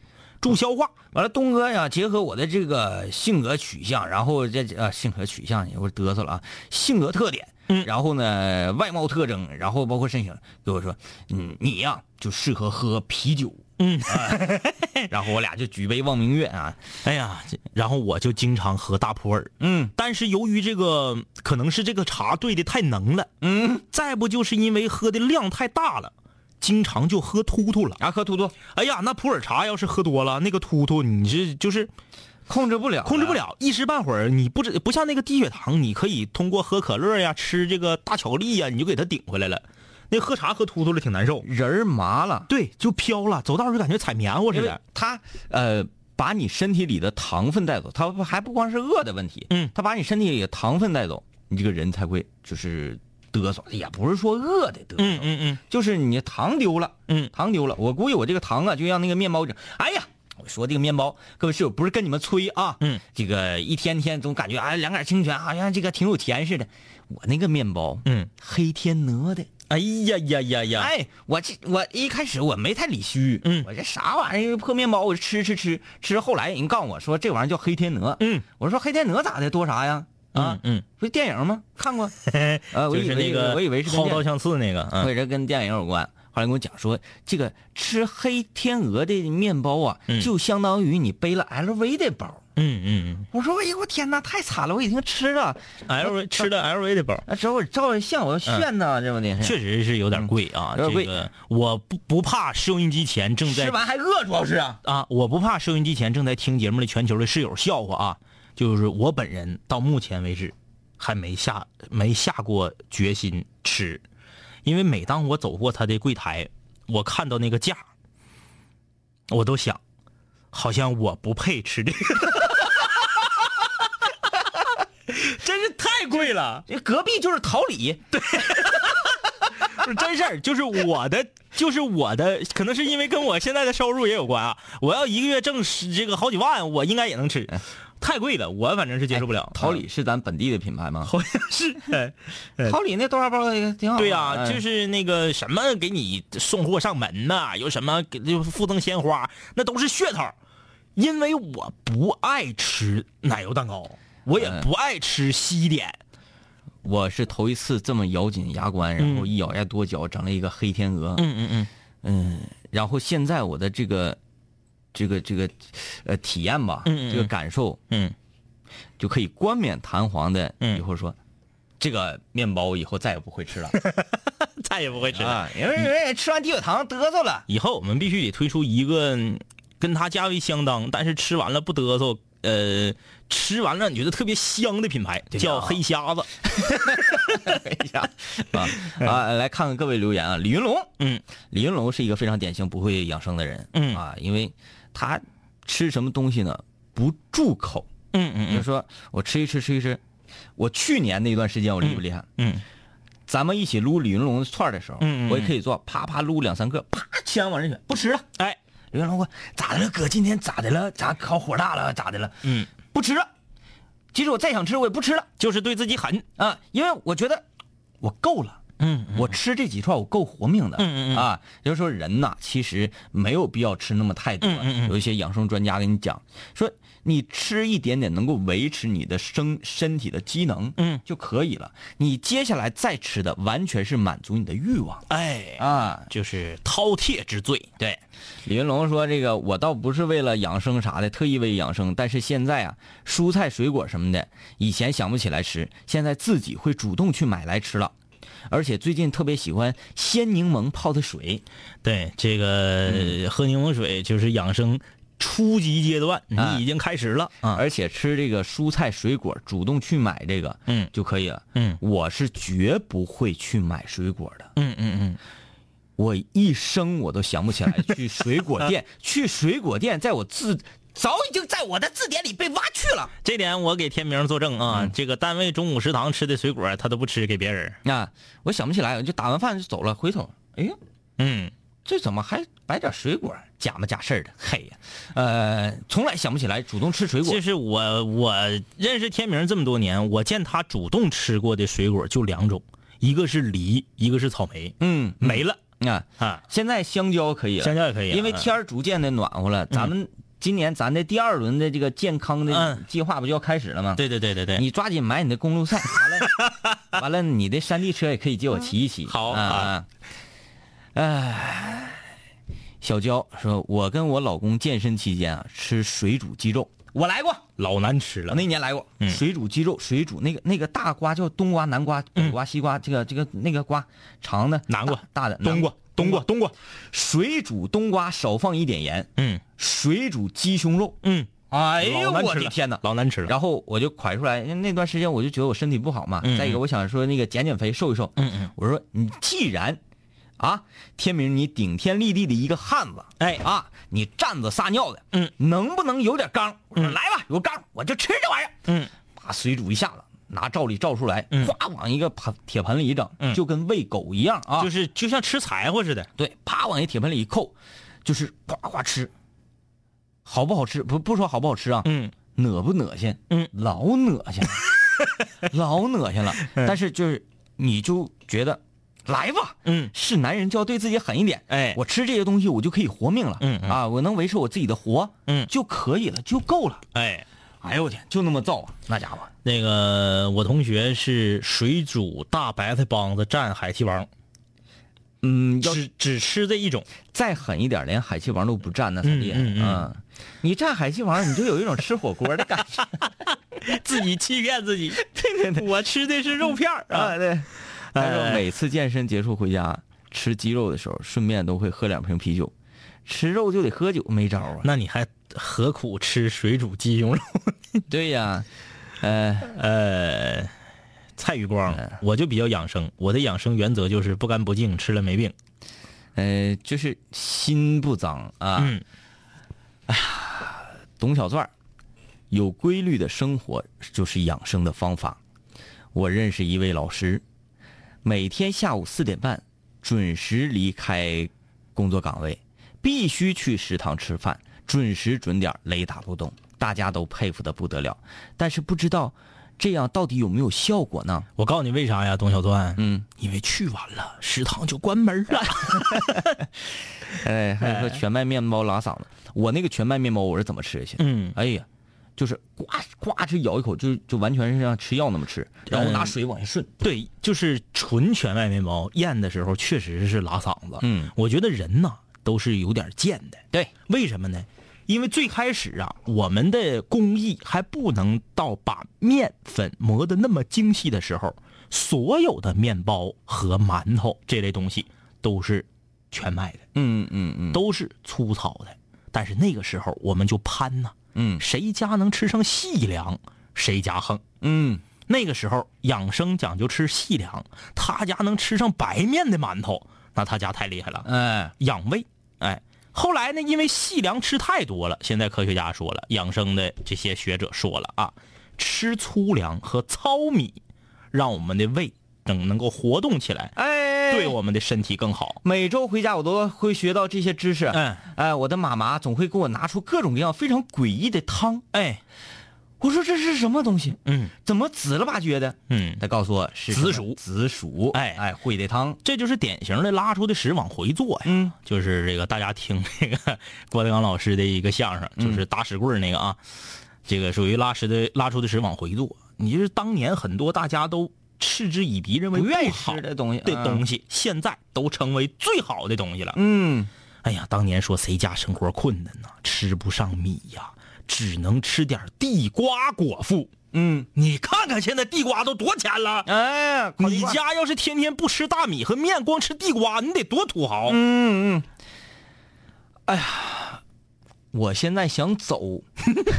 Speaker 4: 助消化。
Speaker 3: 完了，东哥呀，结合我的这个性格取向，然后这啊性格取向，我嘚瑟了啊，性格特点，
Speaker 4: 嗯
Speaker 3: 然后呢外貌特征，然后包括身形，给我说，嗯，你呀就适合喝啤酒
Speaker 4: 嗯
Speaker 3: 哎， 然后我俩就举杯望明月啊，
Speaker 4: 哎呀，这然后我就经常喝大普洱，
Speaker 3: 嗯
Speaker 4: 但是由于这个可能是这个茶兑的太浓了，
Speaker 3: 嗯，
Speaker 4: 再不就是因为喝的量太大了，经常就喝突突了。
Speaker 3: 牙科啊图图
Speaker 4: 哎呀，那普洱茶要是喝多了，那个突突你是就是
Speaker 3: 控制不了，啊
Speaker 4: 控制不，了，一时半会儿你不知不像那个低血糖，你可以通过喝可乐呀、吃这个大巧克力呀，你就给它顶回来了。那喝茶喝突突了挺难受，
Speaker 3: 人儿麻了，
Speaker 4: 对，就飘了，走道就感觉踩棉花似
Speaker 3: 因为
Speaker 4: 的。
Speaker 3: 它呃把你身体里的糖分带走，它不还不光是饿的问题，
Speaker 4: 嗯
Speaker 3: 它把你身体里的糖分带走，你这个人才会就是嘚瑟，也不是说饿的嘚瑟，
Speaker 4: 嗯嗯嗯
Speaker 3: 就是你糖丢了，
Speaker 4: 嗯
Speaker 3: 糖丢了，我估计我这个糖啊，就让那个面包整，哎呀。我说这个面包，各位室友不是跟你们吹啊，
Speaker 4: 嗯，
Speaker 3: 这个一天天总感觉哎两杆清泉好像这个挺有甜似的，我那个面包，
Speaker 4: 嗯，
Speaker 3: 黑天鹅的，
Speaker 4: 哎呀呀呀呀！
Speaker 3: 哎，我这我一开始我没太理虚，
Speaker 4: 嗯
Speaker 3: 我这啥玩意儿破面包，我吃吃吃吃，后来人告诉我说这玩意儿叫黑天鹅，
Speaker 4: 嗯，
Speaker 3: 我说黑天鹅咋的多啥呀？啊
Speaker 4: 嗯，嗯，
Speaker 3: 不是电影吗？看 过，呃，我
Speaker 4: 就
Speaker 3: 以
Speaker 4: 是
Speaker 3: 为
Speaker 4: 那个
Speaker 3: 我以为是跟
Speaker 4: 薅
Speaker 3: 电
Speaker 4: 刀
Speaker 3: 影
Speaker 4: 相刺那个，
Speaker 3: 我
Speaker 4: 嗯
Speaker 3: 以为跟电影有关。后来跟我讲说，这个吃黑天鹅的面包啊，
Speaker 4: 嗯
Speaker 3: 就相当于你背了 LV 的包。
Speaker 4: 嗯嗯
Speaker 3: 我说，哎呦我天哪，太惨了！我已经吃了，
Speaker 4: 嗯，LV 吃的 LV 的包。
Speaker 3: 啊，之后我照着相，我要炫
Speaker 4: 嗯
Speaker 3: 呐，这不得是
Speaker 4: 确实是有点贵啊，
Speaker 3: 哎嗯有点贵
Speaker 4: 这个我不不怕收音机前正在
Speaker 3: 吃完还饿，主要是啊，
Speaker 4: 啊，我不怕收音机前正在听节目的全球的室友笑话啊，就是我本人到目前为止还没下没下过决心吃，因为每当我走过他的柜台，我看到那个价，我都想，好像我不配吃这个， 真是太贵了。
Speaker 3: 这隔壁就是桃李，
Speaker 4: 不是真事儿，就是我的，就是我的，可能是因为跟我现在的收入也有关啊。我要一个月挣十这个好几万，我应该也能吃，太贵了，我反正是接受不了。
Speaker 3: 嗯
Speaker 4: 嗯
Speaker 3: 桃李是咱本地的品牌吗？
Speaker 4: 好像是，哎哎
Speaker 3: 桃李那豆沙包也挺好的。
Speaker 4: 对呀、
Speaker 3: 哎
Speaker 4: 就是那个什么给你送货上门呐、有什么给就附赠鲜花，那都是噱头。因为我不爱吃奶油蛋糕，我也
Speaker 3: 嗯
Speaker 4: 不爱吃西点。
Speaker 3: 我是头一次这么咬紧牙关，然后一咬牙跺脚，整了一个黑天鹅。
Speaker 4: 嗯嗯嗯，
Speaker 3: 嗯，然后现在我的这个，这个这个，呃，体验吧，
Speaker 4: 嗯嗯嗯
Speaker 3: 这个感受，
Speaker 4: 嗯，
Speaker 3: 就可以冠冕堂皇的，
Speaker 4: 嗯
Speaker 3: 以后说，这个面包我以后再也不会 吃了
Speaker 4: 再也不会吃了。
Speaker 3: 啊，因为因为吃完低血糖嘚瑟了。
Speaker 4: 以后我们必须得推出一个嗯跟它价位相当，但是吃完了不嘚瑟，呃，吃完了你觉得特别香的品牌，
Speaker 3: 对呀
Speaker 4: 叫黑瞎子。
Speaker 3: 啊啊！来看看各位留言啊，李云龙，
Speaker 4: 嗯，
Speaker 3: 李云龙是一个非常典型不会养生的人，
Speaker 4: 嗯
Speaker 3: 啊，因为他吃什么东西呢不住口，
Speaker 4: 嗯
Speaker 3: 就是说我吃一吃吃一吃，我去年那段时间我厉不厉害？
Speaker 4: 嗯
Speaker 3: 咱们一起撸李云龙的串儿的时候，
Speaker 4: 嗯嗯嗯
Speaker 3: 我也可以做，啪啪撸两三个，啪切完往这选，不吃了。
Speaker 4: 哎，
Speaker 3: 李云龙说咋的了哥，今天咋的了？咋烤火大了？咋的了？
Speaker 4: 嗯，
Speaker 3: 不吃了。即使我再想吃，我也不吃了
Speaker 4: 就是对自己狠。
Speaker 3: 啊，因为我觉得我够了。
Speaker 4: 嗯
Speaker 3: 我吃这几串我够活命的，
Speaker 4: 嗯嗯嗯
Speaker 3: 啊，就是说人呐，其实没有必要吃那么太多。
Speaker 4: 嗯嗯嗯
Speaker 3: 有一些养生专家跟你讲，说你吃一点点能够维持你的生身体的机能，
Speaker 4: 嗯
Speaker 3: 就可以了。你接下来再吃的完全是满足你的欲望
Speaker 4: 哎，
Speaker 3: 啊。
Speaker 4: 就是饕餮之罪。对，
Speaker 3: 李云龙说：“这个我倒不是为了养生啥的，特意为养生，但是现在啊，蔬菜水果什么的，以前想不起来吃，现在自己会主动去买来吃了。”而且最近特别喜欢鲜柠檬泡的水，
Speaker 4: 对，这个、
Speaker 3: 嗯
Speaker 4: 喝柠檬水就是养生初级阶段，
Speaker 3: 哎
Speaker 4: 你已经开始了啊。
Speaker 3: 而且吃这个蔬菜水果，主动去买这个，
Speaker 4: 嗯
Speaker 3: 就可以了。
Speaker 4: 嗯
Speaker 3: 我是绝不会去买水果的，
Speaker 4: 嗯嗯嗯，
Speaker 3: 我一生我都想不起来去水果 店，去水果店，在我字早已经在我的字典里被挖去了。
Speaker 4: 这点我给天明作证啊。
Speaker 3: 嗯
Speaker 4: 这个单位中午食堂吃的水果他都不吃，给别人。
Speaker 3: 啊，我想不起来，我就打完饭就走了，回头，哎呀，
Speaker 4: 嗯
Speaker 3: 这怎么还摆点水果？假模假式的，嘿呀，呃，从来想不起来主动吃水果
Speaker 4: 就。是我我认识天明这么多年，我见他主动吃过的水果就两种，一个是梨，一个是草莓，
Speaker 3: 嗯，
Speaker 4: 没了
Speaker 3: 啊，
Speaker 4: 啊。
Speaker 3: 现在香蕉可以了，
Speaker 4: 香蕉也嗯可以啊
Speaker 3: 因为天儿逐渐的暖和了。咱们今年咱的第二轮的这个健康的
Speaker 4: 嗯
Speaker 3: 计划不就要开始了吗？
Speaker 4: 对对对对对，
Speaker 3: 你抓紧买你的公路赛，完了，完了，你的啊山地车也可以借我骑一骑。
Speaker 4: 好
Speaker 3: 啊，哎，小娇说：“我跟我老公健身期间啊，吃水煮鸡肉，我来过，
Speaker 4: 老难吃了。
Speaker 3: 那一年来过。
Speaker 4: 嗯
Speaker 3: 水煮鸡肉，水煮那个那个大瓜叫冬瓜、南瓜、北瓜、西瓜，这个这个那个瓜长的
Speaker 4: 南瓜
Speaker 3: 大大的
Speaker 4: 冬瓜，冬瓜，，冬瓜，
Speaker 3: 水煮冬瓜少放一点盐，
Speaker 4: 嗯
Speaker 3: 水煮鸡胸肉。
Speaker 4: 嗯，
Speaker 3: 哎
Speaker 4: 老
Speaker 3: 呦
Speaker 4: 难
Speaker 3: 我
Speaker 4: 吃
Speaker 3: 的
Speaker 4: 了
Speaker 3: 天哪！
Speaker 4: 老难吃了。
Speaker 3: 然后我就蒯出来，因为那段时间我就觉得我身体不好嘛。
Speaker 4: 嗯
Speaker 3: 再一个，我想说那个减减肥，瘦一瘦。
Speaker 4: 嗯嗯，
Speaker 3: 我说你既然啊，天明你顶天立地的一个汉子，
Speaker 4: 哎
Speaker 3: 啊，你站着撒尿的，
Speaker 4: 嗯，
Speaker 3: 能不能有点刚？我说来吧，有刚我就吃这玩意儿。
Speaker 4: 嗯，
Speaker 3: 把水煮一下子，拿照例照出来
Speaker 4: 嗯，
Speaker 3: 哗往一个盆铁盆里一整
Speaker 4: 嗯，
Speaker 3: 就跟喂狗一样啊，
Speaker 4: 就是就像吃柴火似的。
Speaker 3: 对，啪往一铁盆里一扣，就是哗哗吃。好不好吃？不不说好不好吃啊，
Speaker 4: 嗯
Speaker 3: 恶不恶心？
Speaker 4: 嗯，
Speaker 3: 老恶心 了，老恶心了。但是就是你就觉得，来吧，
Speaker 4: 嗯
Speaker 3: 是男人就要对自己狠一点。
Speaker 4: 哎
Speaker 3: 我吃这些东西，我就可以活命了。
Speaker 4: 嗯嗯
Speaker 3: 啊，我能维持我自己的活，
Speaker 4: 嗯
Speaker 3: 就可以了，就够了。
Speaker 4: 哎，
Speaker 3: 哎呦我天，就那么造啊，那家伙，
Speaker 4: 那个我同学是水煮大白菜帮子蘸海蜇王，
Speaker 3: 嗯，要
Speaker 4: 只只吃这一种。
Speaker 3: 再狠一点，连海气王都不蘸，那才厉害。
Speaker 4: 嗯嗯嗯
Speaker 3: 你蘸海气王，你就有一种吃火锅的感觉
Speaker 4: 自己欺骗自己。对对 对，我吃的是肉片儿啊。哎
Speaker 3: 啊。对，但是我每次健身结束回家吃鸡肉的时候，顺便都会喝两瓶啤酒。吃肉就得喝酒，没招啊。
Speaker 4: 那你还何苦吃水煮鸡胸肉？
Speaker 3: 对
Speaker 4: 哎
Speaker 3: 呀，呃，
Speaker 4: 呃，蔡宇光，
Speaker 3: 哎
Speaker 4: 我就比较养生，我的养生原则就是不干不净，吃了没病。
Speaker 3: 呃，就是心不脏啊。哎
Speaker 4: 嗯
Speaker 3: 董小钻儿，有规律的生活就是养生的方法。我认识一位老师，每天下午四点半准时离开工作岗位，必须去食堂吃饭，准时准点儿，雷打不动，大家都佩服的不得了。但是不知道这样到底有没有效果呢？
Speaker 4: 我告诉你为啥呀，董小钻？
Speaker 3: 嗯，
Speaker 4: 因为去晚了，食堂就关门了。
Speaker 3: 哎，还有说全麦面包拉嗓子，我那个全麦面包我是怎么吃下去的？
Speaker 4: 嗯，
Speaker 3: 哎呀，就是呱呱吃咬一口，就是就完全是像吃药那么吃， 然后拿
Speaker 4: 嗯
Speaker 3: 水往下顺。
Speaker 4: 对，就是纯全麦面包，咽的时候确实是拉嗓子。
Speaker 3: 嗯，
Speaker 4: 我觉得人呐都是有点贱的。
Speaker 3: 对，
Speaker 4: 为什么呢？因为最开始啊，我们的工艺还不能到把面粉磨得那么精细的时候，所有的面包和馒头这类东西都是全麦的，
Speaker 3: 嗯嗯嗯，
Speaker 4: 都是粗糙的。但是那个时候我们就攀呐、
Speaker 3: 嗯
Speaker 4: 谁家能吃上细粮，谁家横。
Speaker 3: 嗯
Speaker 4: 那个时候养生讲究吃细粮，他家能吃上白面的馒头，那他家太厉害了。
Speaker 3: 哎
Speaker 4: 养胃。哎，后来呢，因为细粮吃太多了，现在科学家说了，养生的这些学者说了啊，吃粗粮和糙米，让我们的胃能能够活动起来，
Speaker 3: 哎，
Speaker 4: 对我们的身体更好。
Speaker 3: 每周回家我都会学到这些知识。
Speaker 4: 嗯，
Speaker 3: 哎，我的妈妈总会给我拿出各种各样非常诡异的汤。
Speaker 4: 哎，
Speaker 3: 我说这是什么东西？
Speaker 4: 嗯
Speaker 3: 怎么紫了吧唧的？
Speaker 4: 嗯，
Speaker 3: 她告诉我是
Speaker 4: 紫
Speaker 3: 什么
Speaker 4: 薯
Speaker 3: 紫薯。
Speaker 4: 哎
Speaker 3: 哎，烩的汤。
Speaker 4: 这就是典型的拉出的屎往回坐呀。
Speaker 3: 嗯，
Speaker 4: 就是这个大家听这个 郭德纲老师的一个相声，
Speaker 3: 嗯
Speaker 4: 就是打屎棍儿那个啊，这个属于拉屎的拉出的屎往回坐。你就是当年很多大家都嗤之以鼻，认为
Speaker 3: 不愿意
Speaker 4: 好
Speaker 3: 吃的东西
Speaker 4: 的
Speaker 3: 嗯
Speaker 4: 东西，现在都成为最好的东西了。
Speaker 3: 嗯，
Speaker 4: 哎呀，当年说谁家生活困难呐，吃不上米呀，只能吃点地瓜果腹。
Speaker 3: 嗯，
Speaker 4: 你看看现在地瓜都多钱了。
Speaker 3: 哎呀，烤地
Speaker 4: 你
Speaker 3: 瓜
Speaker 4: 家要是天天不吃大米和面，光吃地瓜，你得多土豪！
Speaker 3: 嗯嗯，哎呀，我现在想走，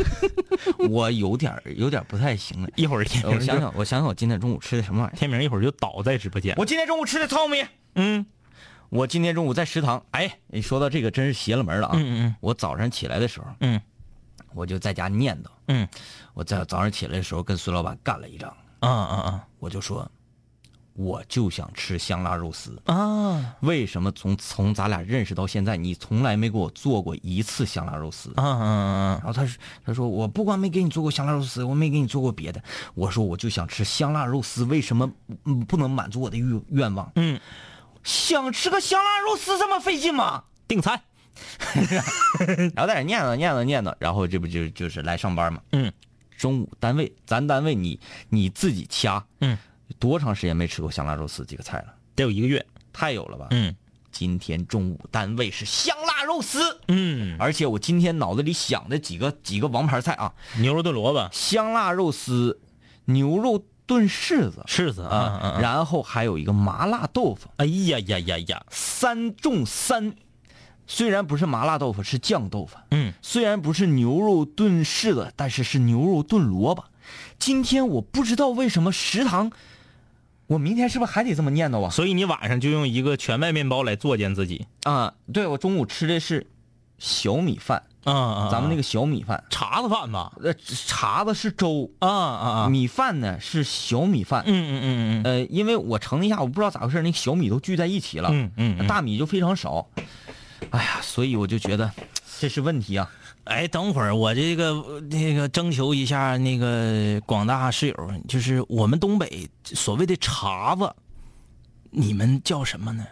Speaker 3: 我有点儿有点儿不太行了。
Speaker 4: 一会儿天
Speaker 3: 呃
Speaker 4: 明
Speaker 3: 我
Speaker 4: 就
Speaker 3: 想想，我想想，我今天中午吃的什么玩意儿？
Speaker 4: 天明一会儿就倒在直播间。
Speaker 3: 我今天中午吃的糙米。
Speaker 4: 嗯
Speaker 3: 我今天中午在食堂，哎，你说到这个真是邪了门了啊！
Speaker 4: 嗯嗯
Speaker 3: 我早上起来的时候，
Speaker 4: 嗯
Speaker 3: 我就在家念叨，
Speaker 4: 嗯
Speaker 3: 我在早上起来的时候跟孙老板干了一仗，
Speaker 4: 啊啊
Speaker 3: 我就说，我就想吃香辣肉丝。
Speaker 4: 啊啊
Speaker 3: 为什么从从咱俩认识到现在，你从来没给我做过一次香辣肉丝？
Speaker 4: 啊啊！
Speaker 3: 然后他说：“他说我不光没给你做过香辣肉丝，我没给你做过别的。我说我就想吃香辣肉丝，为什么嗯不能满足我的愿愿望？
Speaker 4: 嗯，
Speaker 3: 想吃个香辣肉丝这么费劲吗？
Speaker 4: 订餐，
Speaker 3: 然后在那念叨念叨念叨，然后这不就就是来上班嘛？
Speaker 4: 嗯，
Speaker 3: 中午单位咱单位你你自己掐，
Speaker 4: 嗯，
Speaker 3: 多长时间没吃过香辣肉丝这个菜了？
Speaker 4: 得有一个月。
Speaker 3: 太有了吧？
Speaker 4: 嗯
Speaker 3: 今天中午单位是香辣肉丝，
Speaker 4: 嗯，
Speaker 3: 而且我今天脑子里想的几个几个王牌菜啊，
Speaker 4: 牛肉炖萝卜、
Speaker 3: 香辣肉丝、牛肉炖柿子
Speaker 4: 柿子啊，嗯
Speaker 3: 啊，
Speaker 4: 嗯
Speaker 3: 然后还有一个麻辣豆腐，
Speaker 4: 哎呀呀呀呀，
Speaker 3: 三中三。虽然不是麻辣豆腐，是酱豆腐。
Speaker 4: 嗯，
Speaker 3: 虽然不是牛肉炖柿子，但是是牛肉炖萝卜。今天我不知道为什么食堂，我明天是不是还得这么念叨啊？
Speaker 4: 所以你晚上就用一个全麦面包来作践自己
Speaker 3: 啊，对，我中午吃的是小米饭，
Speaker 4: 啊啊
Speaker 3: 咱们那
Speaker 4: 个
Speaker 3: 个小米饭，
Speaker 4: 碴子饭吧，
Speaker 3: 呃，碴子是粥，
Speaker 4: 啊啊啊，
Speaker 3: 米饭呢是小米饭。
Speaker 4: 嗯嗯嗯嗯嗯
Speaker 3: 呃，因为我称了一下，我不知道咋回事，那个小米都聚在一起了，
Speaker 4: 嗯嗯嗯
Speaker 3: 大米就非常少。哎呀，所以我就觉得这是问题啊。
Speaker 4: 哎，等会儿我这个呃那个征求一下那个广大室友，就是我们东北所谓的碴子，你们叫什么呢？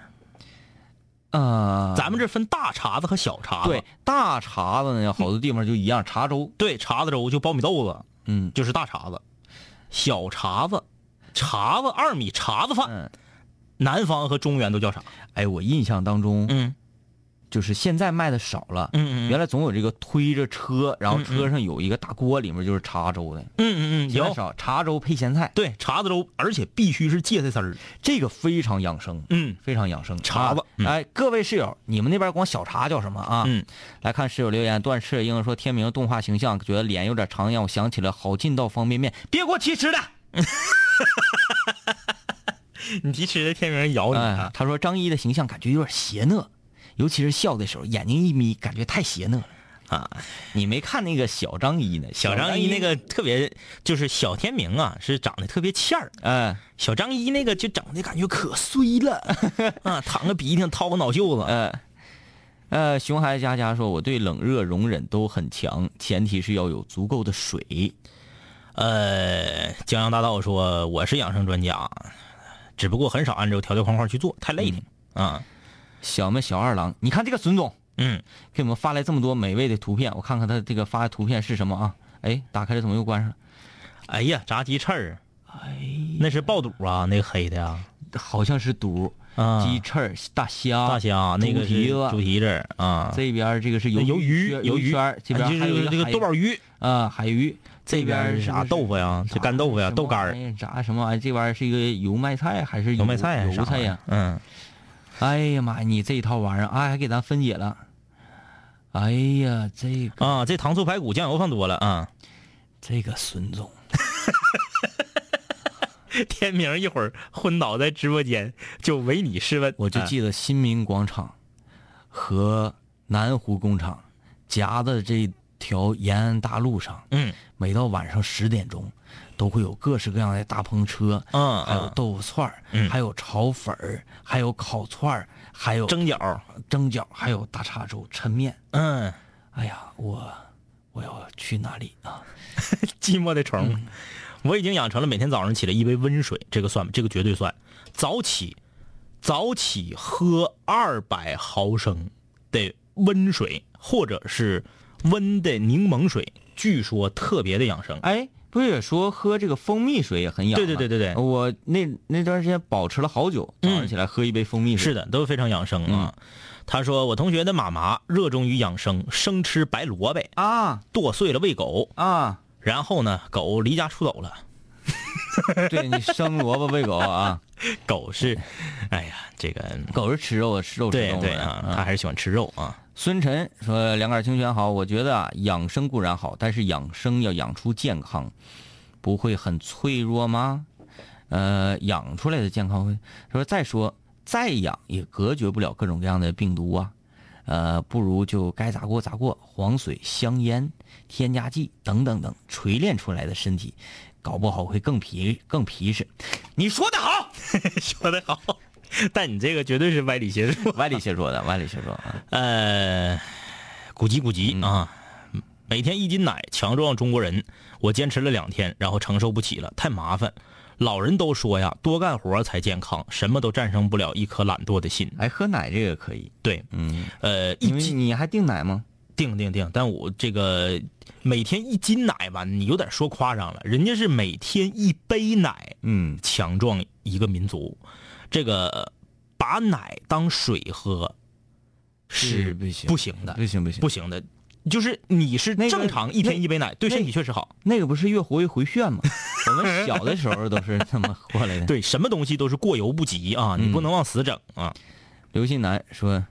Speaker 3: 呃，
Speaker 4: 咱们这分大碴子和小碴子。
Speaker 3: 对大碴子呢，好多地方就一样，碴粥。
Speaker 4: 对，碴子粥就苞米豆子，
Speaker 3: 嗯
Speaker 4: 就是大碴子，小碴子，碴子二米碴子饭，
Speaker 3: 嗯，
Speaker 4: 南方和中原都叫啥？
Speaker 3: 哎，我印象当中、
Speaker 4: 嗯
Speaker 3: 就是现在卖的少了。
Speaker 4: 嗯嗯
Speaker 3: 原来总有这个推着车，然后
Speaker 4: 嗯
Speaker 3: 车上有一个大锅，里面就是碴粥的。
Speaker 4: 嗯嗯嗯，
Speaker 3: 现在
Speaker 4: 有
Speaker 3: 少碴粥配咸菜，
Speaker 4: 对碴子粥，而且必须是芥菜丝儿。
Speaker 3: 这个非常养生。
Speaker 4: 嗯
Speaker 3: 非常养生，
Speaker 4: 碴子
Speaker 3: 啊
Speaker 4: 嗯
Speaker 3: 哎，各位室友，你们那边光小碴叫什么啊？
Speaker 4: 嗯，
Speaker 3: 来看室友留言，段世英说天明动画形象，觉得脸有点长，让我想起了好劲道方便面。别给我提吃的。
Speaker 4: 你提吃的天明咬你
Speaker 3: 嗯哎
Speaker 4: 啊，！
Speaker 3: 他说张一的形象感觉有点邪讷，尤其是笑的时候，眼睛一眯，感觉太邪讷了
Speaker 4: 啊！
Speaker 3: 你没看那个小张一呢？
Speaker 4: 小张一那，个特别，就是小天明啊，是长得特别欠儿。
Speaker 3: 哎
Speaker 4: 小张一那个就整的感觉可衰 了啊，淌个鼻涕，掏个脑袖子。
Speaker 3: 呃呃，熊孩子佳佳说，我对冷热容忍都很强，前提是要有足够的水。
Speaker 4: 呃，江洋大盗说我是养生专家，只不过很少按照条条框框去做，太累挺
Speaker 3: 嗯
Speaker 4: 啊。
Speaker 3: 小妹小二郎，你看这个孙总
Speaker 4: 嗯，
Speaker 3: 给我们发来这么多美味的图片，我看看他这个发的图片是什么啊？哎，打开了怎么又关上了？
Speaker 4: 哎呀，炸鸡翅儿，
Speaker 3: 哎
Speaker 4: 那是爆肚啊，那个黑的呀、
Speaker 3: 好像是肚、
Speaker 4: 啊，
Speaker 3: 鸡翅儿、嗯大虾、
Speaker 4: 大虾，那
Speaker 3: 猪
Speaker 4: 个是
Speaker 3: 蹄子
Speaker 4: 猪蹄子儿啊，
Speaker 3: 这边这个是
Speaker 4: 那
Speaker 3: 鱿
Speaker 4: 鱿鱼
Speaker 3: 圈
Speaker 4: 鱿鱼啊
Speaker 3: 圈
Speaker 4: 哎
Speaker 3: 儿这边
Speaker 4: 就
Speaker 3: 还有一
Speaker 4: 是这个
Speaker 3: 海
Speaker 4: 豆瓣鱼，
Speaker 3: 啊海鱼，
Speaker 4: 这边
Speaker 3: 边
Speaker 4: 是啥豆腐呀？
Speaker 3: 是
Speaker 4: 这干豆腐呀，豆干儿，
Speaker 3: 儿，炸什么玩意儿？这玩意儿是一个油麦菜还是
Speaker 4: 油麦菜呀啥
Speaker 3: 油菜
Speaker 4: 玩意
Speaker 3: 呀
Speaker 4: 儿？嗯，
Speaker 3: 哎呀妈呀，你这一套玩意儿，哎，还给咱分解了。哎呀，这个
Speaker 4: 啊，这糖醋排骨酱油放多了啊。
Speaker 3: 这个孙总，
Speaker 4: 天明一会儿昏倒在直播间，就唯你是问。
Speaker 3: 我就
Speaker 4: 哎
Speaker 3: 记得新民广场和南湖工厂夹的这条延安大路上，
Speaker 4: 嗯
Speaker 3: 每到晚上十点钟，都会有各式各样的大篷车，
Speaker 4: 嗯
Speaker 3: 还有豆腐串儿，
Speaker 4: 嗯
Speaker 3: 还有炒粉儿，还有烤串儿，还有
Speaker 4: 蒸饺，
Speaker 3: 蒸饺，还有大碴粥、抻面。
Speaker 4: 嗯，
Speaker 3: 哎呀，我我要去哪里啊？
Speaker 4: 寂寞的虫。我已经养成了每天早上起来一杯温水，这个算吗？这个绝对算。早起，早起喝二百毫升的温水，或者是温的柠檬水，据说特别的养生。
Speaker 3: 哎，不是也说喝这个蜂蜜水也很养吗？
Speaker 4: 对对对对对
Speaker 3: 我那那段时间保持了好久，早上起来喝一杯蜂蜜水。
Speaker 4: 是的，都非常养生啊。他说，我同学的妈妈热衷于养生，生吃白萝卜，
Speaker 3: 啊
Speaker 4: 剁碎了喂狗，
Speaker 3: 啊，
Speaker 4: 然后呢，狗离家出走了。
Speaker 3: 对你生萝卜喂狗啊，
Speaker 4: 狗 是，哎呀，这个
Speaker 3: 狗是吃肉的，吃肉吃
Speaker 4: 对
Speaker 3: 动物
Speaker 4: 对
Speaker 3: 的
Speaker 4: 啊，它还是喜欢吃肉啊。
Speaker 3: 孙晨说：“两杆清泉好，我觉得啊，养生固然好，但是养生要养出健康，不会很脆弱吗？呃，养出来的健康会说再说再养也隔绝不了各种各样的病毒啊，呃，不如就该咋过咋过，黄水、香烟、添加剂等等等，锤炼出来的身体，搞不好会更皮更皮实。
Speaker 4: 你说的好， 说的好， 但你这个绝对是歪理邪说。
Speaker 3: 歪理邪说的，歪理邪说啊，
Speaker 4: 呃，古籍古籍啊，每天一斤奶，强壮中国人。我坚持了两天，然后承受不起了，太麻烦。老人都说呀，多干活才健康，什么都战胜不了一颗懒惰的心。
Speaker 3: 哎，喝奶这个可以，
Speaker 4: 对，
Speaker 3: 嗯，
Speaker 4: 呃，一
Speaker 3: 因为
Speaker 4: 斤
Speaker 3: 你还订奶吗？
Speaker 4: 定定定，但我这个每天一斤奶吧，你有点说夸张了，人家是每天一杯奶，
Speaker 3: 嗯
Speaker 4: 强壮一个民族。这个白把奶当水喝是
Speaker 3: 不行
Speaker 4: 不行的，
Speaker 3: 不行不行
Speaker 4: 不行的，就是你是
Speaker 3: 那个
Speaker 4: 正常一天
Speaker 3: 那
Speaker 4: 一杯奶，对
Speaker 3: 那
Speaker 4: 身体确实好。
Speaker 3: 那个不是越活越回旋吗？ 我们小的时候都是这么过来的。
Speaker 4: 对，什么东西都是过犹不及啊，
Speaker 3: 嗯
Speaker 4: 你不能往死整啊。
Speaker 3: 刘新南说：“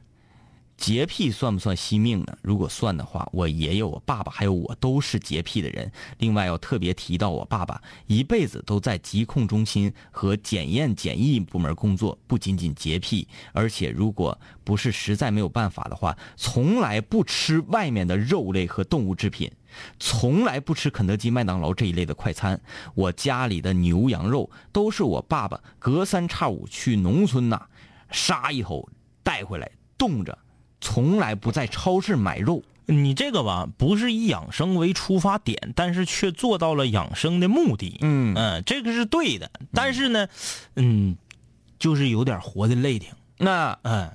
Speaker 3: 洁癖算不算惜命呢？如果算的话，我爷爷、我爸爸还有我都是洁癖的人。另外要特别提到，我爸爸一辈子都在疾控中心和检验检疫部门工作，不仅仅洁癖，而且如果不是实在没有办法的话，从来不吃外面的肉类和动物制品。”从来不吃肯德基、麦当劳这一类的快餐。我家里的牛羊肉都是我爸爸隔三差五去农村呐、杀一头带回来冻着，从来不在超市买肉。
Speaker 4: 你这个吧，不是以养生为出发点，但是却做到了养生的目的。
Speaker 3: 嗯
Speaker 4: 这个是对的，但是呢，嗯，就是有点活的累挺。
Speaker 3: 那
Speaker 4: 嗯，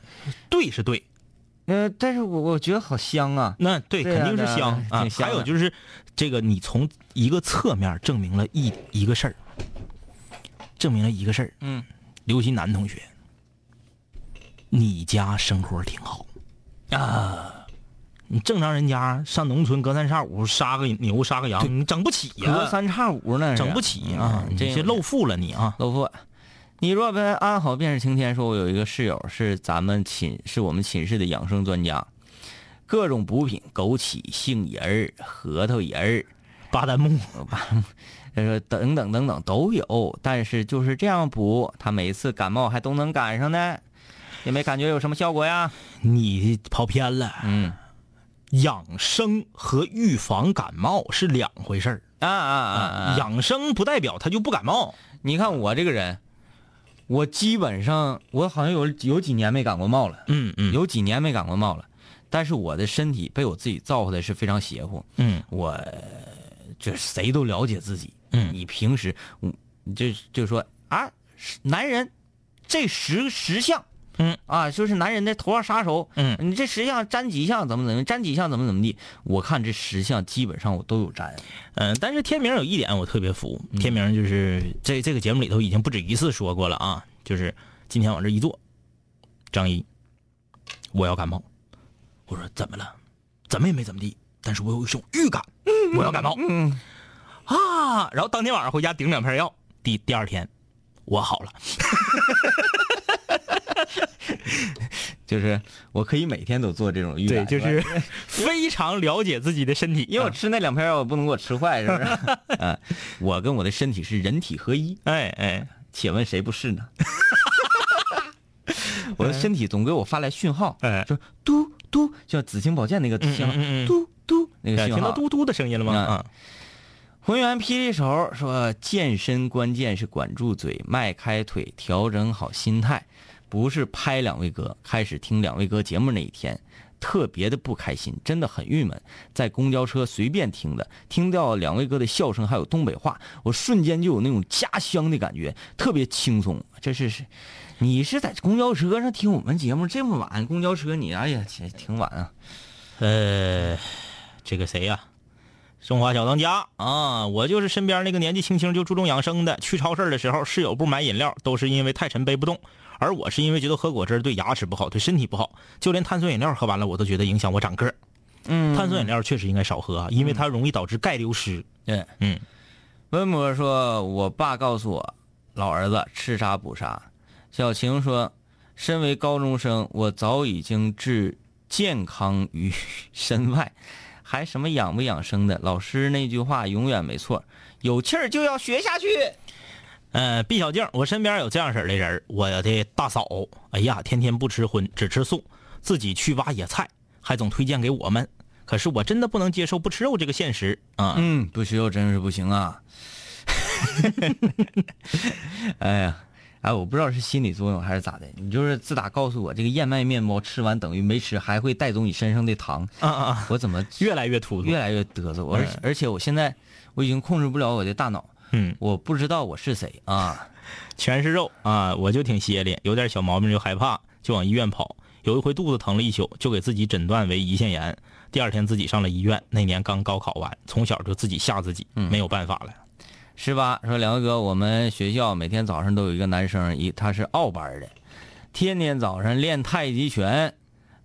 Speaker 4: 对是对，
Speaker 3: 呃，但是我我觉得好香啊。
Speaker 4: 那对
Speaker 3: 对啊
Speaker 4: 肯定是香
Speaker 3: 对啊
Speaker 4: 啊
Speaker 3: 挺。香
Speaker 4: 还有
Speaker 3: 的
Speaker 4: 就是，这个你从一个侧面证明了一一个事儿，证明了一个事儿。
Speaker 3: 嗯，
Speaker 4: 刘新南同学，你家生活挺好啊。
Speaker 3: 啊
Speaker 4: 你正常人家上农村隔三差五杀个牛杀个羊，你整不起呀、
Speaker 3: 隔三差五呢，
Speaker 4: 整不起啊！
Speaker 3: 嗯
Speaker 4: 你
Speaker 3: 真
Speaker 4: 这
Speaker 3: 有
Speaker 4: 露富了你啊！
Speaker 3: 老傅，你若不安好，便是晴天。说我有一个室友是咱们寝，是我们寝室的养生专家，各种补品，枸杞、杏仁儿、核桃仁儿，
Speaker 4: 巴旦木，
Speaker 3: 他说等等等等都有，但是就是这样补，他每次感冒还都能赶上呢，也没感觉有什么效果呀。
Speaker 4: 你跑偏了。
Speaker 3: 嗯
Speaker 4: 养生和预防感冒是两回事儿。
Speaker 3: 啊啊啊啊！
Speaker 4: 养生不代表他就不感冒。
Speaker 3: 你看我这个人，我基本上我好像有有几年没感过冒了，
Speaker 4: 嗯嗯
Speaker 3: 有几年没感过冒了，但是我的身体被我自己造化的是非常邪乎，
Speaker 4: 嗯
Speaker 3: 我这谁都了解自己。
Speaker 4: 嗯
Speaker 3: 你平时，嗯就就说啊，是男人这十十项，
Speaker 4: 嗯
Speaker 3: 啊，就是男人的头号杀手，
Speaker 4: 嗯
Speaker 3: 你这十项沾几项怎么怎么，沾几项怎么怎么地。我看这十项基本上我都有沾，
Speaker 4: 嗯、但是天明有一点我特别服，天明就是这这个节目里头已经不止一次说过了啊，就是今天往这一坐，张一，我要感冒，我说怎么了？怎么也没怎么地，但是我有一种预感，我要感冒，嗯啊，然后当天晚上回家顶两片药，第第二天我好了，
Speaker 3: 就是我可以每天都做这种预感，
Speaker 4: 就是是
Speaker 3: 吧
Speaker 4: 非常了解自己的身体，
Speaker 3: 因为我吃那两片药，我不能给我吃坏，是不 是？啊，我跟我的身体是人体合一，
Speaker 4: 哎哎，
Speaker 3: 且问谁不是呢？ 我的身体总给我发来讯号，
Speaker 4: 哎
Speaker 3: 就是嘟嘟，就像紫青宝剑那个
Speaker 4: 嗯
Speaker 3: 信号，
Speaker 4: 嗯嗯嗯
Speaker 3: 嘟嘟那个
Speaker 4: 哎
Speaker 3: 信号。
Speaker 4: 听到嘟嘟的声音了吗？
Speaker 3: 嗯
Speaker 4: 啊，
Speaker 3: 浑圆霹雳手说：“健身关键是管住嘴，迈开腿，调整好心态，不是拍两位哥。开始听两位哥节目那一天，特别的不开心，真的很郁闷。在公交车随便听的，听到两位哥的笑声还有东北话，我瞬间就有那种家乡的感觉，特别轻松。这是是，你是在公交车上听我们节目这么晚？公交车你哎呀，这挺晚啊。
Speaker 4: 呃，这个谁呀、中华小当家啊，我就是身边那个年纪轻轻就注重养生的。去超市的时候，室友不买饮料，都是因为太沉背不动，而我是因为觉得喝果汁对牙齿不好，对身体不好。就连碳酸饮料喝完了，我都觉得影响我长个儿。
Speaker 3: 嗯
Speaker 4: 碳酸饮料确实应该少喝啊，因为它容易导致钙流失。
Speaker 3: 对，
Speaker 4: 嗯，
Speaker 3: 温博说：“我爸告诉我，老儿子吃啥补啥。”小晴说：“身为高中生，我早已经置健康于身外， 还什么养不养生的？老师那句话永远没错，有气儿就要学下去。
Speaker 4: 呃，毕小静，我身边有这样式儿的人儿，我的大嫂，哎呀，天天不吃荤，只吃素，自己去挖野菜，还总推荐给我们。可是我真的不能接受不吃肉这个现实啊。”
Speaker 3: 嗯，不学肉真是不行啊！ 哎呀，哎，我不知道是心理作用还是咋的，你就是自打告诉我这个燕麦面包吃完等于没吃，还会带走你身上的糖，
Speaker 4: 啊啊啊！
Speaker 3: 我怎么
Speaker 4: 越来越突突。
Speaker 3: 越来越嘚瑟，我而而且我现在我已经控制不了我的大脑，
Speaker 4: 嗯，
Speaker 3: 我不知道我是谁啊。
Speaker 4: 全是肉啊！我就挺歇哩，有点小毛病就害怕，就往医院跑。有一回肚子疼了一宿，就给自己诊断为胰腺炎。第二天自己上了医院。那年刚高考完，从小就自己吓自己，
Speaker 3: 嗯
Speaker 4: 没有办法了。
Speaker 3: 十八说梁哥，我们学校每天早上都有一个男生，一他是奥班的，天天早上练太极拳，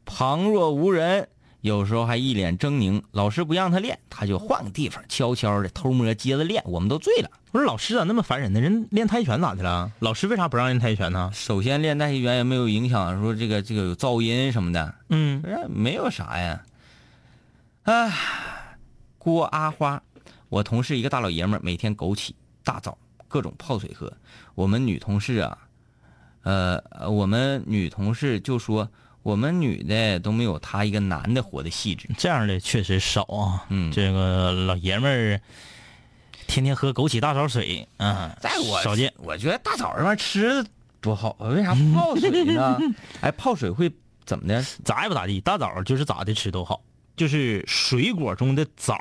Speaker 3: 旁若无人，有时候还一脸狰狞。老师不让他练，他就换个地方，悄悄的偷摸接着练。我们都醉了。
Speaker 4: 不是老师啊咋那么烦人呢？人练太极拳咋的了？老师为啥不让练太极拳呢？
Speaker 3: 首先练太极拳也没有影响，说这个这个有噪音什么的，
Speaker 4: 嗯，
Speaker 3: 哎没有啥呀。哎，郭阿花，我同事一个大老爷们儿，每天枸杞、大枣各种泡水喝。我们女同事啊，呃，呃我们女同事就说，我们女的都没有她一个男的活得细致。
Speaker 4: 这样的确实少啊。
Speaker 3: 嗯
Speaker 4: 这个老爷们儿天天喝枸杞大枣水，嗯，
Speaker 3: 在我
Speaker 4: 少见。
Speaker 3: 我觉得大枣这玩意儿吃多好啊，为啥泡水 呢？哎，泡水会怎么的？
Speaker 4: 咋也不咋地，大枣就是咋的吃都好，就是水果中的枣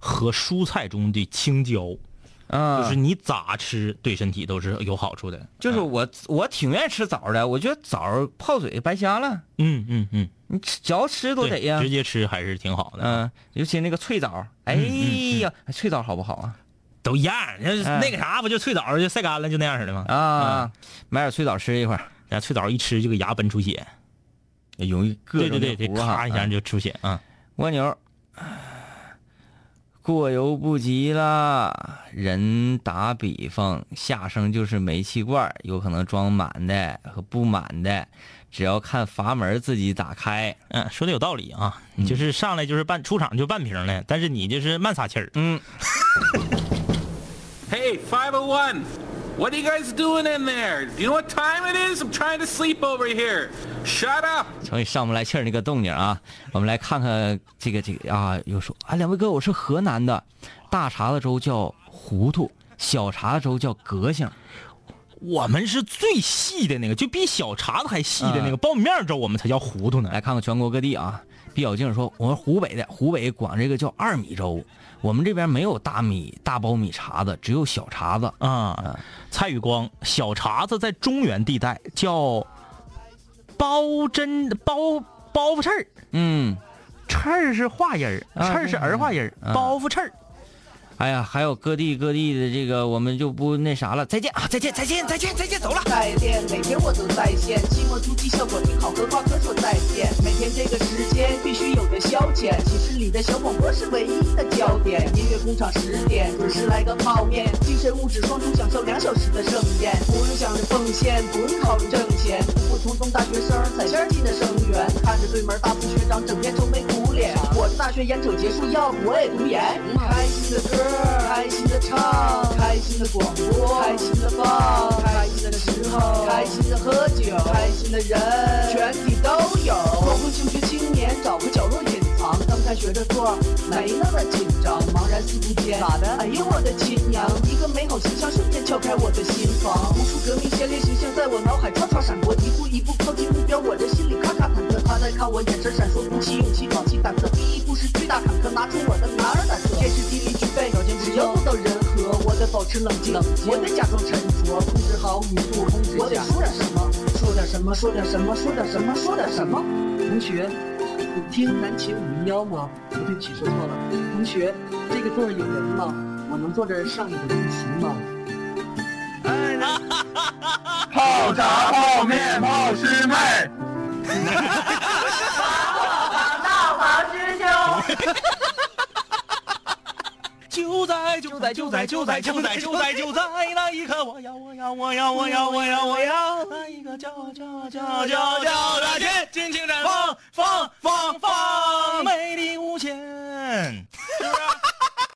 Speaker 4: 和蔬菜中的青椒，
Speaker 3: 啊、
Speaker 4: 就是你咋吃对身体都是有好处的。啊
Speaker 3: 就是我我挺愿意吃枣的，我觉得枣泡水白瞎了，
Speaker 4: 嗯嗯嗯，
Speaker 3: 你吃嚼吃多得
Speaker 4: 对，
Speaker 3: 呀。
Speaker 4: 直接吃还是挺好的。
Speaker 3: 嗯，尤其那个脆枣，哎呀，脆枣好不好啊？
Speaker 4: 都一样，那
Speaker 3: 哎
Speaker 4: 那个啥不就脆枣就晒干了就那样似的吗？
Speaker 3: 啊，买点脆枣吃一会儿，
Speaker 4: 那脆枣一吃就给牙崩出血，
Speaker 3: 容易各
Speaker 4: 对
Speaker 3: 种
Speaker 4: 对对，
Speaker 3: 的
Speaker 4: 对
Speaker 3: 糊哈。
Speaker 4: 咔一下
Speaker 3: 啊
Speaker 4: 就出血啊。
Speaker 3: 蜗牛，过犹不及啦。人打比方，下生就是煤气罐儿，有可能装满的和不满的，只要看阀门自己打开。
Speaker 4: 嗯，说的有道理啊，你就是上来就是半出场就半瓶了，但是你就是慢撒气儿。
Speaker 3: 嗯，
Speaker 7: Hey, 501, what are you guys doing in there? Do you know what time it is? I'm trying to sleep over here. Shut up.
Speaker 3: 所以上不来气儿那个动静啊，我们来看看这个这个啊，又说啊，两位哥，我是河南的，大碴子粥叫糊涂，小碴子粥叫格性。
Speaker 4: 我们是最细的那个，就比小碴子还细的那个苞米面粥，我们才叫糊涂呢。
Speaker 3: 来看看全国各地啊，毕小静说，我们湖北的，湖北管这个叫二米粥，我们这边没有大米大苞米碴子，只有小碴子。
Speaker 4: 啊，蔡宇光，小碴子在中原地带叫包针包包袱刺儿，
Speaker 3: 嗯，
Speaker 4: 刺儿是画音儿，
Speaker 3: 啊
Speaker 4: 刺儿是儿化音
Speaker 3: 啊
Speaker 4: 儿，包袱刺儿。
Speaker 3: 哎呀，还有各地各地的这个，我们就不那啥了，再见啊，再见，再见，再见，再见，走了。
Speaker 8: 再见，每天我都在线，期末突击效果挺好，和瓜哥说再见。每天这个时间必须有的消遣，寝室里的小广播是唯一的焦点。音乐工厂十点准时来个泡面，精神物质双重享受两小时的盛宴。不用想着奉献，不用考虑挣钱，普普通通大学生在线进的生源，看着对门大四学长整天愁眉苦脸。我的大学研究结束，要不我也读研。开心的歌，开心的唱，开心的广播，开心的放，开心的时候，开心的喝酒，开心的人，全体都有。做回求学青年，找个角落隐藏。刚才学着做，没那么紧张，茫然四顾间，咋的？哎呦我的亲娘！一个美好形象瞬间敲开我的心房，无数革命先烈形象在我脑海唰唰闪过，一步一步靠近目标，我这心里咔咔忐忑。他在看我眼神闪烁，鼓起勇气，壮起胆子。第一步是巨大坎坷，拿出我的男儿胆色，天时地利具备，条件只要做到人和，我得保持冷静，我得假装沉着，控制好语速，我得说点什么，说点什么，说点什么，说点什么，说点什么。同学，你听南琴五零幺吗？不对不起，说错了。同学，这个座儿有人吗？我能坐这儿上一会儿自习吗？
Speaker 4: 就在就在就在就在就在就在就在那一刻，我要我要我要我要我要我要那一个叫叫叫叫叫的天，尽情绽放放放放，美丽无限。